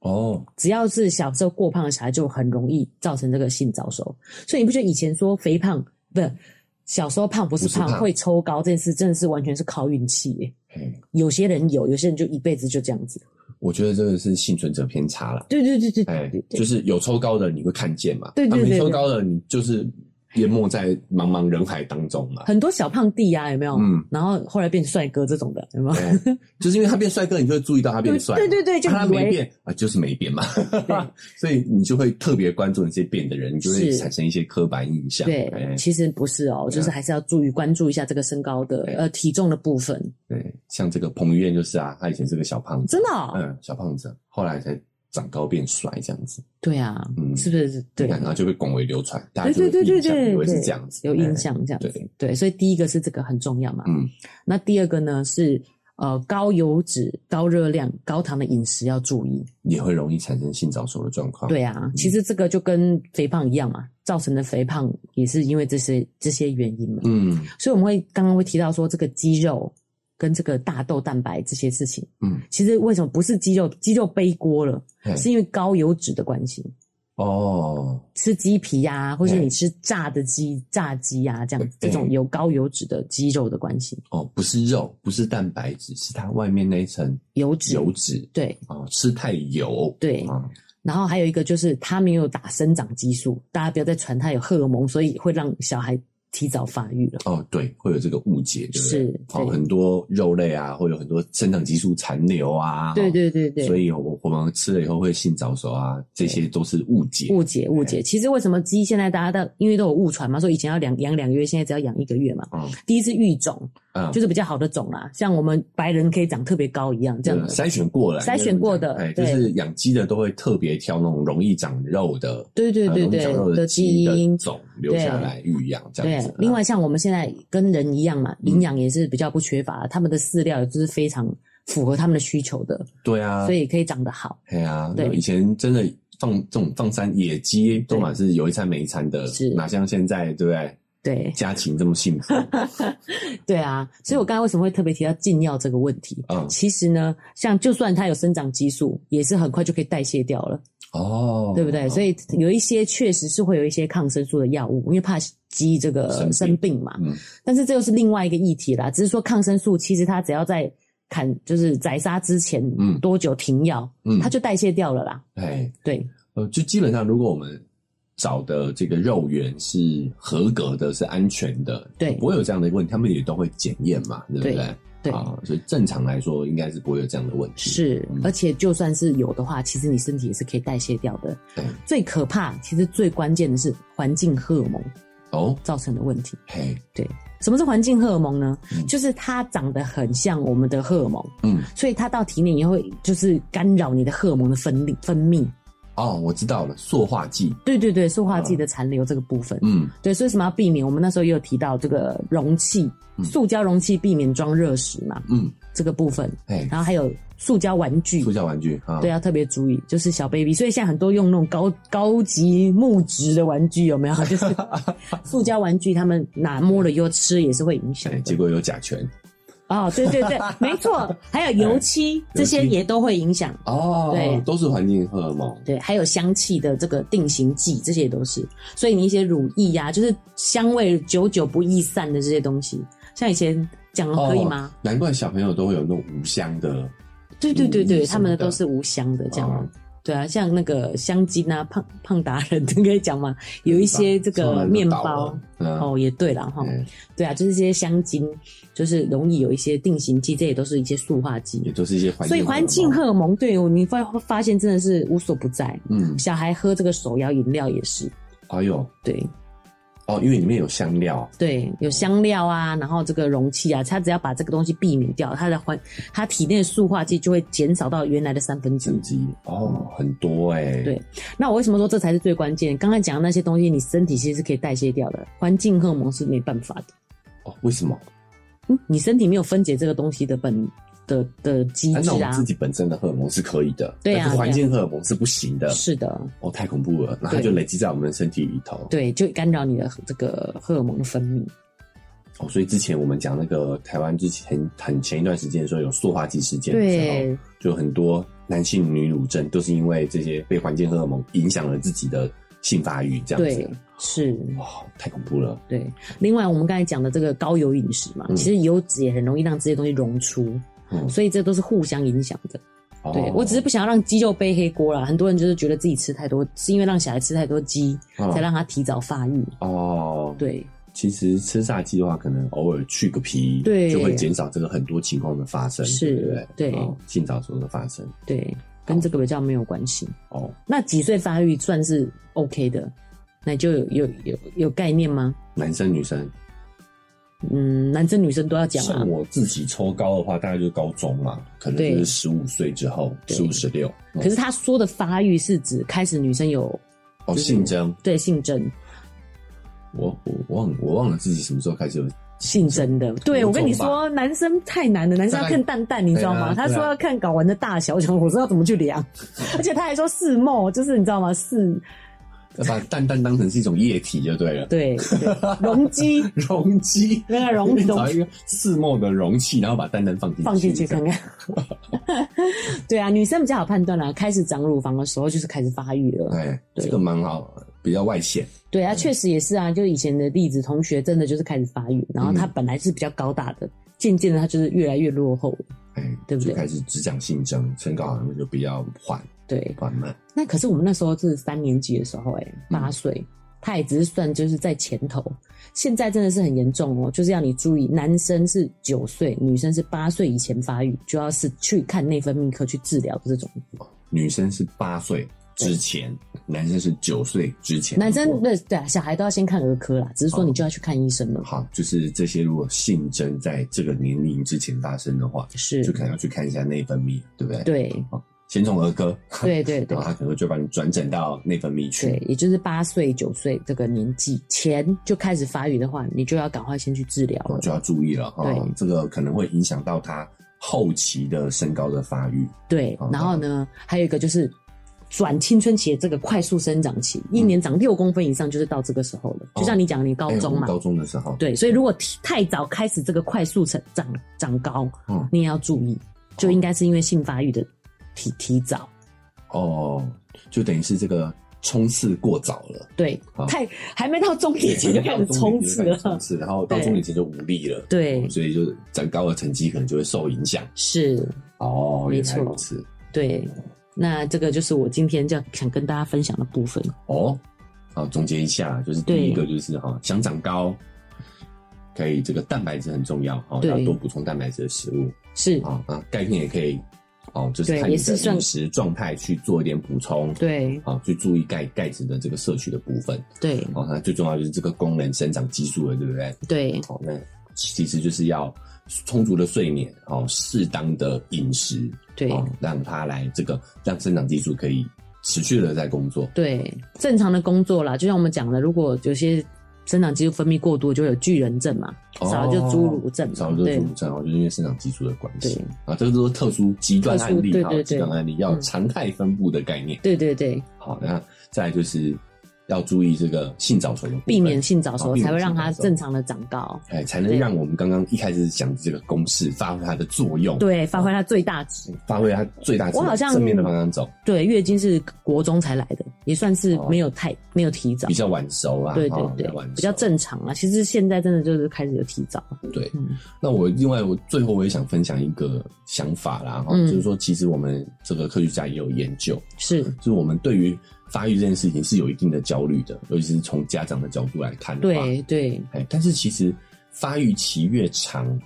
B: 哦，
A: 只要是小时候过胖的小孩，就很容易造成这个性早熟。所以你不觉得以前说肥胖不小时候胖不是
B: 不是
A: 胖
B: 胖嗯
A: 会抽高这件事，真的是完全是靠运气耶。
B: 嘿
A: 有些人有，有些人就一辈子就这样子。
B: 我觉得这个是幸存者偏差了。
A: 对对对对
B: 哎
A: 对对，，对
B: 就是有抽高的你会看见嘛，
A: 对对对
B: 啊没
A: 对
B: 抽高的你就是淹没在茫茫人海当中嘛。
A: 很多小胖弟啊呀、有没有？
B: 嗯
A: 然后后来变帅哥这种的，有没有？
B: 对，就是因为他变帅哥，你就会注意到他变帅。
A: 对对对对就以为
B: 啊他没变啊，就是没变嘛
A: 对。
B: 所以你就会特别关注那些变的人，你就会
A: 是
B: 产生一些刻板印象。
A: 对，
B: 哎
A: 其实不是哦，
B: 对啊
A: 就是还是要注意关注一下这个身高的
B: 对
A: 呃体重的部分，
B: 对，像这个彭于晏就是啊，他以前是个小胖子，
A: 真的、哦，
B: 嗯，小胖子，后来才长高变帅这样子。
A: 对啊，
B: 嗯
A: 是不是？对，
B: 然后就被广为流传，大家
A: 对
B: 就
A: 对对
B: 会
A: 对
B: 印象
A: 对，
B: 以为是
A: 对
B: 这样子，
A: 有印
B: 哎。
A: 象这样子
B: 对，
A: 对，所以第一个是这个很重要嘛，
B: 嗯
A: 那第二个呢是呃高油脂、高热量、高糖的饮食要注意。
B: 也会容易产生性早熟的状况。，
A: 对啊，其实这个就跟肥胖一样嘛，造成的肥胖也是因为这些这些原因嘛。
B: 嗯
A: 所以我们会刚刚会提到说，这个肌肉跟这个大豆蛋白这些事情，
B: 嗯，
A: 其实为什么不是肌肉肌肉背锅了，
B: 嘿
A: 是因为高油脂的关系，
B: 哦，
A: 吃鸡皮呀、或是
B: 对
A: 你吃炸的鸡、炸鸡呀、这样
B: 对
A: 这种有高油脂的肌肉的关系，
B: 哦，不是肉，不是蛋白质，是它外面那一层
A: 油脂
B: 油脂
A: 对。
B: 哦，吃太油。
A: 对
B: 啊、
A: 然后还有一个就是它没有打生长激素，大家不要再传它有荷尔蒙，所以会让小孩提早发育了。
B: 哦，对，会有这个误解，对不对？
A: 是
B: 哦，
A: 对
B: 很多肉类啊，会有很多生长激素残留啊。
A: 对
B: 哦
A: 对对对，
B: 所以我我们吃了以后会性早熟啊，这些都是误解。
A: 误解误
B: 哎
A: 解。其实为什么鸡现在大家都因为都有误传嘛，说以前要两养两个月，现在只要养一个月嘛。
B: 嗯
A: 第一是育种，
B: 嗯，
A: 就是比较好的种啦，像我们白人可以长特别高一样这样
B: 对啊
A: 的。
B: 筛选过了，
A: 筛选过的
B: 哎，就
A: 对
B: 是养鸡的都会特别挑那种容易长肉的，
A: 对对
B: 呃
A: 对
B: 容易
A: 对
B: 长肉的
A: 基
B: 鸡
A: 因
B: 的。种留下来育养这样
A: 对
B: 子。，嗯
A: 另外像我们现在跟人一样嘛，营养也是比较不缺乏，他们的饲料也就是非常符合他们的需求的，
B: 对啊，
A: 所以可以长得好。
B: 对啊，
A: 对
B: 以前真的放这种放山野鸡都
A: 对
B: 满是有一餐没一餐的
A: 是，
B: 哪像现在对不对？
A: 对
B: 家禽这么 幸福，
A: 对啊，所以我刚才为什么会特别提到禁药这个问题？
B: 嗯
A: 其实呢，像就算它有生长激素，也是很快就可以代谢掉了。
B: 哦，
A: 对不对？所
B: 以
A: 以有一些确实是会有一些抗生素的药物，因为怕鸡这
B: 生
A: 个
B: 病
A: 生病嘛。
B: 嗯
A: 但是这又是另外一个议题啦。只是说抗生素其实它只要在砍就是宰杀之前
B: 嗯
A: 多久停药，
B: 嗯，
A: 它就代谢掉了啦。
B: 哎，
A: 对
B: 呃，就基本上，如果我们找的这个肉源是合格的、是安全的，
A: 对
B: 不会有这样的问题，他们也都会检验嘛，对不对？
A: 对
B: 啊，所以正常来说，应该是不会有这样的问题。，
A: 是，而且就算是有的话，其实你身体也是可以代谢掉的。
B: 对，
A: 最可怕，其实最关键的是环境荷尔蒙
B: 哦，
A: 造成的问题。
B: 嘿，
A: 什么是环境荷尔蒙呢？
B: 嗯
A: 就是它长得很像我们的荷尔蒙。
B: 嗯，
A: 所以它到体内也会就是干扰你的荷尔蒙的分泌分泌。
B: 哦，我知道了，塑化剂，
A: 对对对，塑化剂的残留这个部分，
B: 嗯，
A: 对，所以为什么要避免？我们那时候也有提到这个容器，
B: 嗯
A: 塑胶容器避免装热食嘛，
B: 嗯，
A: 这个部分，
B: 嘿，
A: 然后还有塑胶玩具
B: 塑。胶玩具啊，
A: 对，要特别注意，就是小 baby，所以现在很多用那种高高级木质的玩具，有没有？就是 塑胶玩具，他们拿摸了以后吃也是会影响
B: 哎，
A: 的
B: 结。果有甲醛，
A: 哦，对对对，没错，还有油 漆，这些也都会影响。
B: 哦，
A: 对
B: 都是环境荷尔蒙，
A: 对，还有香气的这个定型剂，这些也都是。所以你一些乳液呀、就是香味久久不易散的这些东西，像以前讲了可以吗？
B: 哦？难怪小朋友都会有那种无香的，
A: 对对对
B: 乳
A: 对，
B: 液
A: 他们的
B: 什么的
A: 都是无香的这样。
B: 嗯哦
A: 对啊，像那个香精啊，胖胖达人 可以讲吗？有一些这
B: 吃完
A: 个
B: 嗯就
A: 面
B: 倒
A: 包
B: 了。，嗯，
A: 哦，也对了哈，
B: 哎
A: 对啊，就是这些香精，就是容易有一些定型剂，这也都是一些塑化
B: 也
A: 剂。
B: 都是一些环境，
A: 所以环
B: 哦
A: 境荷，尔蒙，对你会发现真的是无所不在。
B: 嗯，
A: 小孩喝这个手摇饮料也是，
B: 哎呦，
A: 对，
B: 哦，因为里面有香料，
A: 对，有香料啊，然后这个容器啊，它只要把这个东西避免掉，它的环，它体内的塑化剂就会减少到原来的三分之一。
B: 整鸡哦，很多哎、
A: 对那我为什么说这才是最关键？刚才讲的那些东西，你身体其实是可以代谢掉的，环境荷尔蒙是没办法的。
B: 哦，为什么？
A: 嗯，你身体没有分解这个东西的本的的机
B: 哎按照我
A: 制
B: 们
A: 啊
B: 自。己本身的荷尔蒙是可以的，
A: 对啊
B: 但是环境荷尔蒙是不行的。
A: 是的，
B: 哦，太恐怖了，然后它
A: 对
B: 就累积在我们的身体里头。，
A: 对，就干扰你的这个荷尔蒙的分泌。
B: 哦，所以之前我们讲那个台湾之前很前一段时间说有塑化剂事件的时候，
A: 对，
B: 就很多男性女乳症都是因为这些被环境荷尔蒙影响了自己的性发育，这样
A: 对
B: 子。，
A: 是。
B: 哇，太恐怖了。
A: 对，另外我们刚才讲的这个高油饮食嘛，
B: 嗯
A: 其实油脂也很容易让这些东西溶出，
B: 嗯
A: 所以这都是互相影响的。
B: 哦
A: 对、我只是不想要让鸡肉背黑锅啦，很多人就是觉得自己吃太多，是因为让小孩吃太多鸡，
B: 嗯
A: 才让他提早发育。
B: 哦，
A: 对
B: 其实吃炸鸡的话，可能偶尔去个皮，
A: 对
B: 就会减少这个很多情况的发生，
A: 是
B: 对不对？
A: 对
B: 哦性早熟的发生。
A: 对，跟这个比较没有关系。
B: 哦，
A: 那几岁发育算是 OK 的？那就有有有有概念吗？
B: 男生女生，
A: 嗯，男生女生都要讲啊
B: 像。我自己抽高的话，大概就是高中嘛，可能
A: 对
B: 就是十五岁之后，
A: 对
B: 十五十六。
A: 可是他说的发育是指开始女生有
B: 哦，
A: 就是
B: 性征，
A: 对性征，
B: 我我忘我忘了自己什么时候开始有
A: 性征的。对，
B: 五
A: 我跟你
B: 种吧
A: 说，男生太难了，男生要看蛋蛋，你知道吗？
B: 对
A: 他
B: 啊
A: 说
B: 对啊
A: 要看睾丸的大小，我想我知道怎么去量，而且他还说四末，就是你知道吗？四
B: 要把蛋蛋当成是一种液体就对了，
A: 对对容积
B: 容积，
A: 那个容容
B: 找一个四末的容器，然后把蛋蛋放进去，
A: 放进去 看看。对啊，女生比较好判断啦、开始长乳房的时候就是开始发育了。
B: 哎，
A: 对
B: 这个蛮好，比较外显。
A: 对啊，确实也是啊，就以前的例子，同学真的就是开始发育，然后他
B: 嗯
A: 本来是比较高大的，渐渐的他就是越来越落后。
B: 哎，
A: 对不对
B: 就开始只讲性征，身高好像就比较缓
A: 对，
B: 缓慢。
A: 那可是我们那时候是三年级的时候、欸，八岁，他也只是算就是在前头。现在真的是很严重哦，就是要你注意，男生是九岁，女生是八岁以前发育，就要是去看内分泌科去治疗的这种。
B: 女生是八岁之前，男生是九岁之前。
A: 男生对对啊，小孩都要先看儿科啦，只是说你就要去看医生了。
B: 好，就是这些如果性征在这个年龄之前发生的话，
A: 是
B: 就，可能要去看一下内分泌，对不对？，
A: 对
B: 先从儿科，
A: 对对对
B: 然后他可能就把你转诊到内分泌
A: 对
B: 去。，
A: 也就是八岁九岁这个年纪前就开始发育的话，你就要赶快先去治疗
B: 哦，
A: 了。
B: 就要注意了哈、哦
A: 对，
B: 这个可能会影响到他后期的身高的发育。
A: 对
B: 哦，
A: 然后呢，还有一个就是转青春期的这个快速生长期，
B: 嗯
A: 一年长六公分以上就是到这个时候了。就像你讲，你高
B: 哎我
A: 中
B: 们
A: 嘛，
B: 高中的时候，
A: 对，所以如果提太早开始这个快速成长长高，
B: 嗯
A: 你也要注意，就应该是因为性发育的提提早。
B: 哦，就等于是这个冲刺过早了。
A: 对
B: 好，
A: 太还没到终点前就开始冲刺
B: 到终点就开始冲
A: 了，
B: 刺，然后到终点前就无力了，哦
A: 对
B: 所以就是长高的成绩可能就会受影响。
A: 是，
B: 哦，
A: 没
B: 原来
A: 错
B: 如此。
A: 对。那这个就是我今天就想跟大家分享的部分。
B: 哦，好，总结一下，就是第
A: 对
B: 一个就是哈，想长高，可以这个蛋白质很重要哦，
A: 对
B: 要多补充蛋白质的食物
A: 是，
B: 啊啊，钙片也可以哦，就是
A: 对
B: 看你
A: 也是
B: 的
A: 算
B: 饮食状态去做一点补充，
A: 对
B: 啊，去注意钙钙质的这个摄取的部分
A: 对
B: 哦，那最重要就是这个功能生长激素了，对不对？
A: 对，
B: 哦，那其实就是要充足的睡眠，哦，适当的饮食，
A: 对
B: 哦，让它来这个让生长激素可以持续的在工作，
A: 对，正常的工作啦，就像我们讲的，如果有些生长激素分泌过多，就会有巨人症嘛，
B: 哦
A: 少了就侏儒症嘛，
B: 少了就
A: 对
B: 侏儒症，哦，就是因为生长激素的关系
A: 对
B: 啊，这个都是特殊极端案例
A: 特殊对
B: 哈，
A: 对对
B: 极端案例要
A: 嗯
B: 常态分布的概念。
A: 对对对，
B: 好，那再来就是要注意这个性早熟的部分，
A: 避免性早
B: 哦
A: 熟
B: 避免
A: 才会让
B: 性
A: 它
B: 早熟
A: 正常的长高，
B: 哎，才能
A: 对
B: 让我们刚刚一开始讲的这个公式发挥它的作用，，
A: 对，发挥它最大值。
B: 发挥它最大
A: 我好像
B: 正面的方向走。
A: 对，月经是国中才来的，也算是
B: 哦
A: 没有太没有提早
B: 比。较晚熟啊，
A: 对
B: 哦
A: 对
B: 比
A: 对
B: 较晚，熟
A: 比较正常啊。其实现在真的就是开始有提早，
B: 对
A: 嗯，
B: 那我另外我最后我也想分享一个想法啦，哈、
A: 嗯
B: 就是说其实我们这个科学家也有研究，
A: 是
B: 就是我们对于发育这件事情是有一定的焦虑的，尤其是从家长的角度来看的话，
A: 对对
B: 哎，但是其实发育期越长，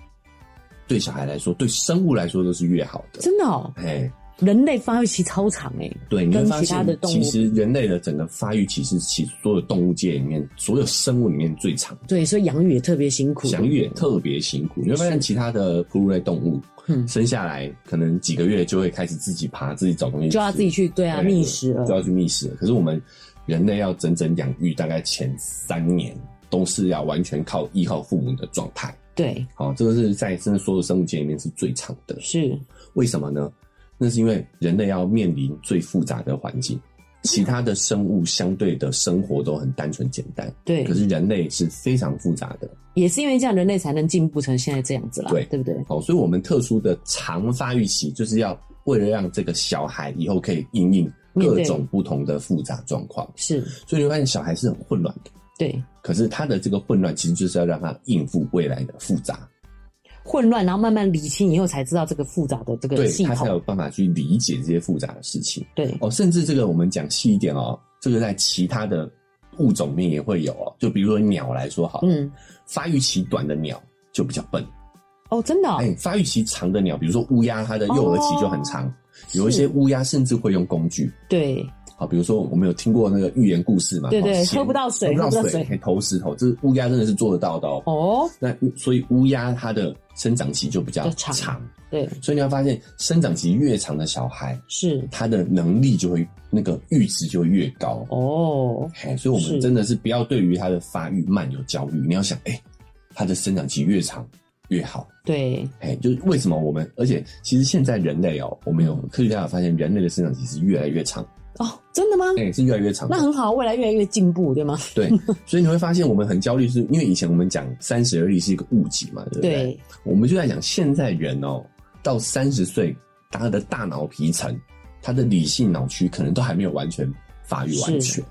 B: 对小孩来说，对生物来说都是越好的。
A: 真的哦，
B: 哎，
A: 人类发育期超长哎、
B: 对，你会
A: 跟
B: 发
A: 其他
B: 现
A: 的，动物
B: 其实人类的整个发育期是其所有动物界里面，所有生物里面最长的。
A: 对，所以养育也特别辛苦，
B: 翔月特别辛苦，你会发现其他的哺乳类动物，
A: 嗯
B: 生下来可能几个月就会开始自己爬，自己找东西吃，
A: 就要自己去对啊
B: 对
A: 觅食了
B: 就，要去觅食了。可是我们人类要整整养育大概前三年，都是要完全靠依靠父母的状态。
A: 对，
B: 好、这个是在真的所有生物界里面是最长的。
A: 是
B: 为什么呢？那是因为人类要面临最复杂的环境，其他的生物相对的生活都很单纯简单，
A: 对
B: 可，是人类是非常复杂的。
A: 也是因为这样人类才能进步成现在这样子啦，
B: 对
A: 对不对？
B: 哦，所以我们特殊的长发育期，就是要为了让这个小孩以后可以应应各种不同的复杂状况，
A: 是，
B: 所以你会发现小孩是很混乱的。
A: 对，
B: 可是他的这个混乱，其实就是要让他应付未来的复杂，
A: 混乱，然后慢慢理清以后才知道这个复杂的这个
B: 对
A: 系
B: 他才有
A: 统，
B: 办法去理解这些复杂的事情。
A: 对，
B: 哦，甚至这个我们讲细一点哦，这个在其他的物种里面也会有哦，就比如说鸟来说好了，
A: 嗯，
B: 发育期短的鸟就比较笨，
A: 哦，真的、哦
B: 哎、发育期长的鸟，比如说乌鸦，它的幼儿期就很长，
A: 哦
B: 有一
A: 是
B: 些乌鸦甚至会用工具。
A: 对，
B: 好，比如说我们有听过那个寓言故事嘛，
A: 对对
B: 哦咸
A: 喝不到水喝
B: 喝不到
A: 不到
B: 水，
A: 水
B: 可以投石头，这乌鸦真的是做得到的哦。
A: 哦，
B: 那所以乌鸦它的生长期就比较
A: 比较长对，
B: 所以你要发现生长期越长的小孩，
A: 是，
B: 他的能力就会那个阈值就会越高。
A: 哦，
B: 嘿所以我
A: 是
B: 们真的是不要对于他的发育慢有焦虑，你要想，哎、它的生长期越长越好。
A: 对，
B: 哎，就是为什么我们，而且其实现在人类哦、我们有科学家有发现，人类的生长期是越来越长，
A: 哦，真的吗？
B: 哎、是越来越长的。
A: 那很好，未来越来越进步，对吗？
B: 对，所以你会发现我们很焦虑是，因为以前我们讲三十而立是一个误解嘛，对不对？
A: 对，
B: 我们就在讲现在人哦，到三十岁，他的大脑皮层，他的理性脑区可能都还没有完全发育完
A: 是
B: 全。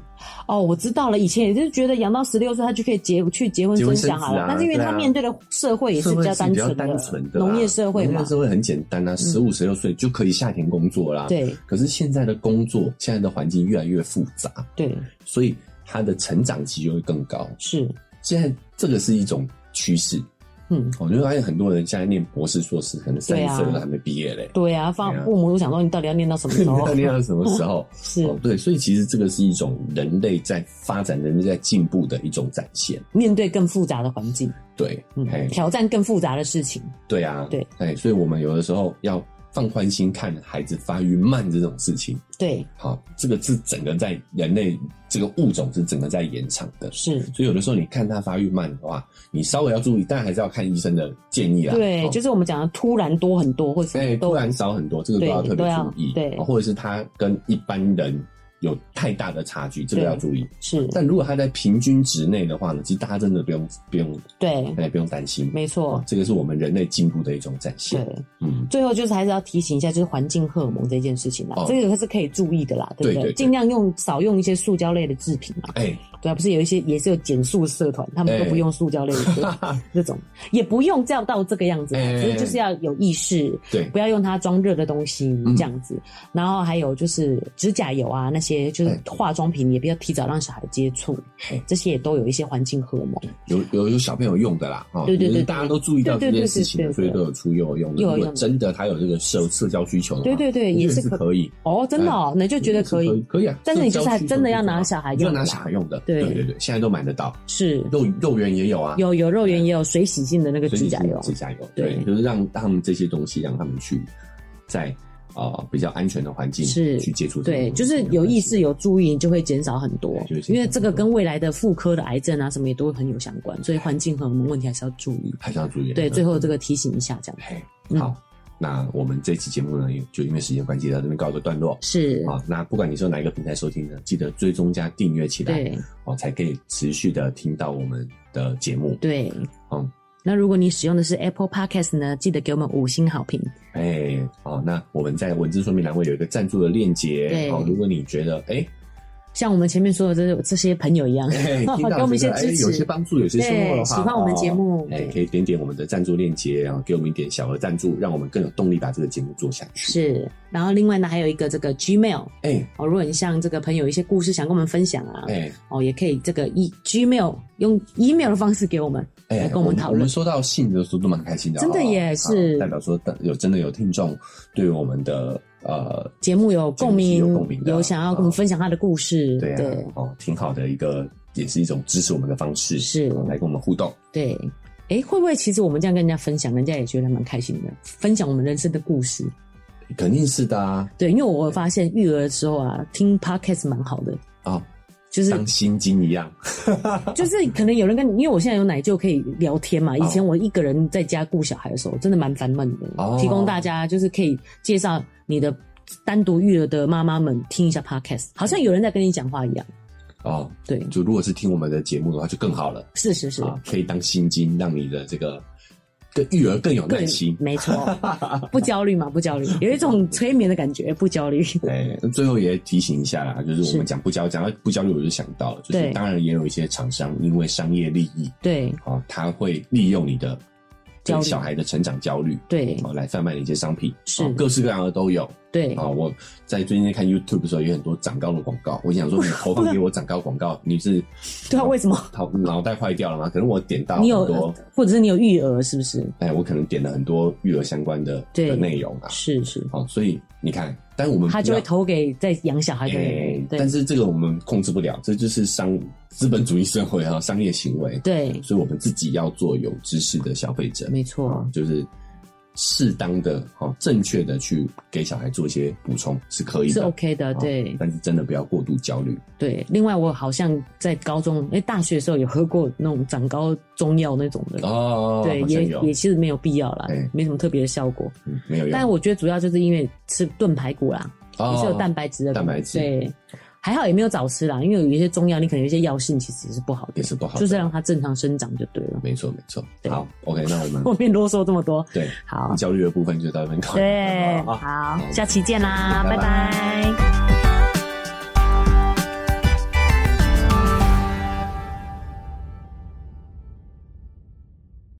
A: 哦，我知道了。以前也就是觉得养到十六岁，他就可以结去结婚
B: 结婚
A: 生
B: 生
A: 小孩
B: 子
A: 了，
B: 啊
A: 但是因为
B: 对
A: 他
B: 啊
A: 面对的社会也是
B: 社
A: 比
B: 会
A: 较单纯
B: 是比较单纯的啦
A: 农业社会
B: 农
A: 嘛嗯
B: 业，社会很简单啊，十五十六岁就可以下田工作啦。，
A: 对
B: 可是现在的工作，现在的环境越来越复杂，
A: 对
B: 所以他的成长期就会更高。
A: 是，
B: 现在这个是一种趋势，
A: 嗯，
B: 我就发现很多人现在念博士、硕士，可能三
A: 对啊
B: 十岁都还没 毕业嘞。
A: 对啊，放
B: 对啊
A: 父母都想说你到底要念到什么 时候
B: 那？念到什么时候？
A: 是
B: 哦，对，所以其实这个是一种人类在发展、人类在进步的一种展现。
A: 面对更复杂的环境，
B: 对，
A: 嗯
B: 哎，，
A: 挑战更复杂的事情，
B: 对啊，
A: 对，
B: 哎，所以我们有的时候要放宽心看孩子发育慢这种事情。
A: 对，
B: 好，这个是整个在人类这个物种是整个在延长的。
A: 是。
B: 所以有的时候你看他发育慢的话，你稍微要注意，但还是要看医生的建议啦。
A: 对，
B: 哦
A: 就是我们讲的突然多很多，或者
B: 哎、
A: 什么
B: 突
A: 都
B: 然少很多，这个都
A: 对
B: 要特
A: 都
B: 别
A: 要
B: 注意，
A: 对
B: 哦或者是他跟一般人有太大的差距，这个
A: 对
B: 要注意。
A: 是
B: 但如果他在平均值内的话呢，其实大家真的不用不用
A: 对，
B: 哎不用担心，
A: 没错
B: 哦，这个是我们人类进步的一种展现。
A: 对。
B: 嗯，
A: 最后就是还是要提醒一下，就是环境荷尔蒙这件事情啦，
B: 哦
A: 这个是可以注意的啦，对不
B: 对对对
A: 尽量用少用一些塑胶类的制品嘛，
B: 哎、
A: 对啊，不是有一些也是有减塑社团，他们都
B: 哎
A: 不用塑胶类的制品 这种，也不用这样到这个样子啦，啊
B: 哎
A: 只是就是要有意识，
B: 对
A: 不要用它装热的东西
B: 嗯
A: 这样子。然后还有就是指甲油啊，那些就是
B: 哎
A: 化妆品，也不要提早让小孩接触
B: 哎，
A: 这些也都有一些环境荷尔蒙。
B: 有有有小朋友用的啦，哦，
A: 对对对
B: 就是大家都注意到
A: 对
B: 这
A: 对对
B: 件事情
A: 对
B: 了，
A: 对
B: 所以都有出幼儿用的。
A: 幼儿
B: 如果
A: 用的
B: 真的他有这个社社交需求的话，
A: 对对对，
B: 我觉
A: 也
B: 得
A: 是
B: 是
A: 可
B: 可以，
A: 哦，真的哦，那就觉得
B: 是
A: 可以，
B: 可以啊。
A: 但是你就
B: 社
A: 是
B: 交
A: 还
B: 需求
A: 真的要
B: 是可以
A: 拿小孩
B: 你就要
A: 用
B: 拿
A: 的
B: 小
A: 啦
B: 孩用的，
A: 对
B: 对对对，现在都买得到，
A: 是
B: 幼幼园也有啊，
A: 有有肉圆也有水洗性的那个
B: 所以
A: 指甲油，
B: 指甲油，
A: 对
B: 对，就是让让他们这些东西，让他们去在啊、呃比较安全的环境
A: 是
B: 去接触这些
A: 对，
B: 东西，
A: 就是有意识、有注意，你就会减少很多
B: 对就会减。少
A: 因为这个跟未来的妇科的癌症啊什么也都很有相关，所以环境荷尔蒙问题还是要注意。
B: 还是要注意。
A: 对，最后这个提醒一下，这样
B: 嘿，
A: 嗯
B: 好，那我们这期节目呢，也就因为时间关系，到这边告一个段落。
A: 是，
B: 啊，那不管你是用哪一个平台收听呢，记得追踪加订阅起来
A: 对
B: 哦，才可以持续的听到我们的节目。
A: 对。
B: 嗯，
A: 那如果你使用的是 Apple Podcast 呢，记得给我们五星好评。
B: 哎，好，那我们在文字说明栏位有一个赞助的链接
A: 对。
B: 好，如果你觉得 哎，
A: 像我们前面说的这这些朋友一样，
B: 哎，听
A: 给我
B: 到
A: 们一些
B: 觉得哎
A: 支持
B: 有些帮助，有些收获
A: 对，
B: 的
A: 喜
B: 话，
A: 欢我们节目，
B: 哎，可以点点我们的赞助链接，然后给我们一点小额赞助，让我们更有动力把这个节目做下去。，
A: 是。然后另外呢，还有一个这个 Gmail
B: 哎
A: 哦，如果你像这个朋友有一些故事想跟我们分享啊，
B: 哎
A: 哦，也可以这个 e Gmail 用 email 的方式给我们来
B: 哎，
A: 跟我们讨
B: 我
A: 论
B: 们。收到信的时候都蛮开心的，
A: 真的
B: 哦
A: 耶
B: 好
A: 是
B: 代表说有真的有听众对我们的呃
A: 节目有共鸣，
B: 有共鸣的哦
A: 想要跟我们分享他的故事，
B: 对啊哦挺好的一个，也是一种支持我们的方式，
A: 是
B: 哦来跟我们互动。
A: 对。哎，会不会其实我们这样跟人家分享，人家也觉得蛮开心的，分享我们人生的故事？
B: 肯定是的啊！
A: 对，因为我发现育儿的时候啊，听 podcast 蛮好的，
B: 啊，
A: 就是
B: 当心经一样，
A: 就是可能有人跟你，因为我现在有奶就可以聊天嘛。以前
B: 哦
A: 我一个人在家顾小孩的时候，真的蛮烦闷的。
B: 哦
A: 提供大家就是可以介绍你的单独育儿的妈妈们听一下 podcast，好像有人在跟你讲话一样。
B: 哦，
A: 对，
B: 就如果是听我们的节目的话，就更好了
A: 是是是，
B: 啊，可以当心经，让你的这个跟育儿更有耐心。
A: 没 错，不焦虑嘛，不焦虑，有一种催眠的感觉，不焦虑。
B: 哎，最后也提醒一下啦，就是我
A: 是
B: 们讲不焦，讲到不焦虑，我就想到了，就
A: 对
B: 是当然也有一些厂商因为商业利益，
A: 对
B: 哦，他会利用你的
A: 焦
B: 对
A: 虑
B: 小孩的成长焦虑，
A: 对
B: 哦，来贩卖你一些商品，
A: 是
B: 哦各式各样的都有。
A: 对
B: 啊、我在最近在看 YouTube 的时候，有很多长高的广告，我想说你投放给我长高广告，你是
A: 对啊，为什么
B: 脑脑袋坏掉了吗？可能我点到
A: 你
B: 很
A: 有
B: 多，，
A: 或者是你有育儿，是不是？
B: 哎，我可能点了很多育儿相关的
A: 对
B: 的内容啊，
A: 是是，
B: 好、所以你看，但我们
A: 他
B: 不
A: 就会
B: 要
A: 投给在养小孩的
B: 哎
A: 人，，啊对
B: 但是这个我们控制不了，这就是商资本主义社会啊，商业行为。
A: 对，
B: 所以我们自己要做有知识的消费者，
A: 没错
B: 啊，就是适当的、好正确的去给小孩做一些补充是可以的，哦
A: 是 OK 的，
B: 好
A: 对
B: 但是真的不要过度焦虑。
A: 对。另外，我好像在高中、哎大学的时候有喝过那种长高中药那种的，
B: 哦，
A: 对，
B: 好像
A: 也
B: 有
A: 也其实没有必要啦
B: 哎，
A: 没什么特别的效果。
B: 嗯没有用，
A: 但我觉得主要就是因为吃炖排骨啦，也是有蛋
B: 白，
A: 白质的，
B: 哦蛋白质
A: 对，还好也没有早吃啦，因为有一些中药你可能有一些药性其实也是不好的，
B: 也是不好的
A: 就是让它正常生长就对了。
B: 没错没错。
A: 对
B: 好，OK，那 我们
A: 后面啰嗦这么多，
B: 对
A: 好，
B: 焦虑的部分就到这边告一段
A: 对，
B: 落啊。
A: 好，下期见啦，拜
B: 拜拜
A: 拜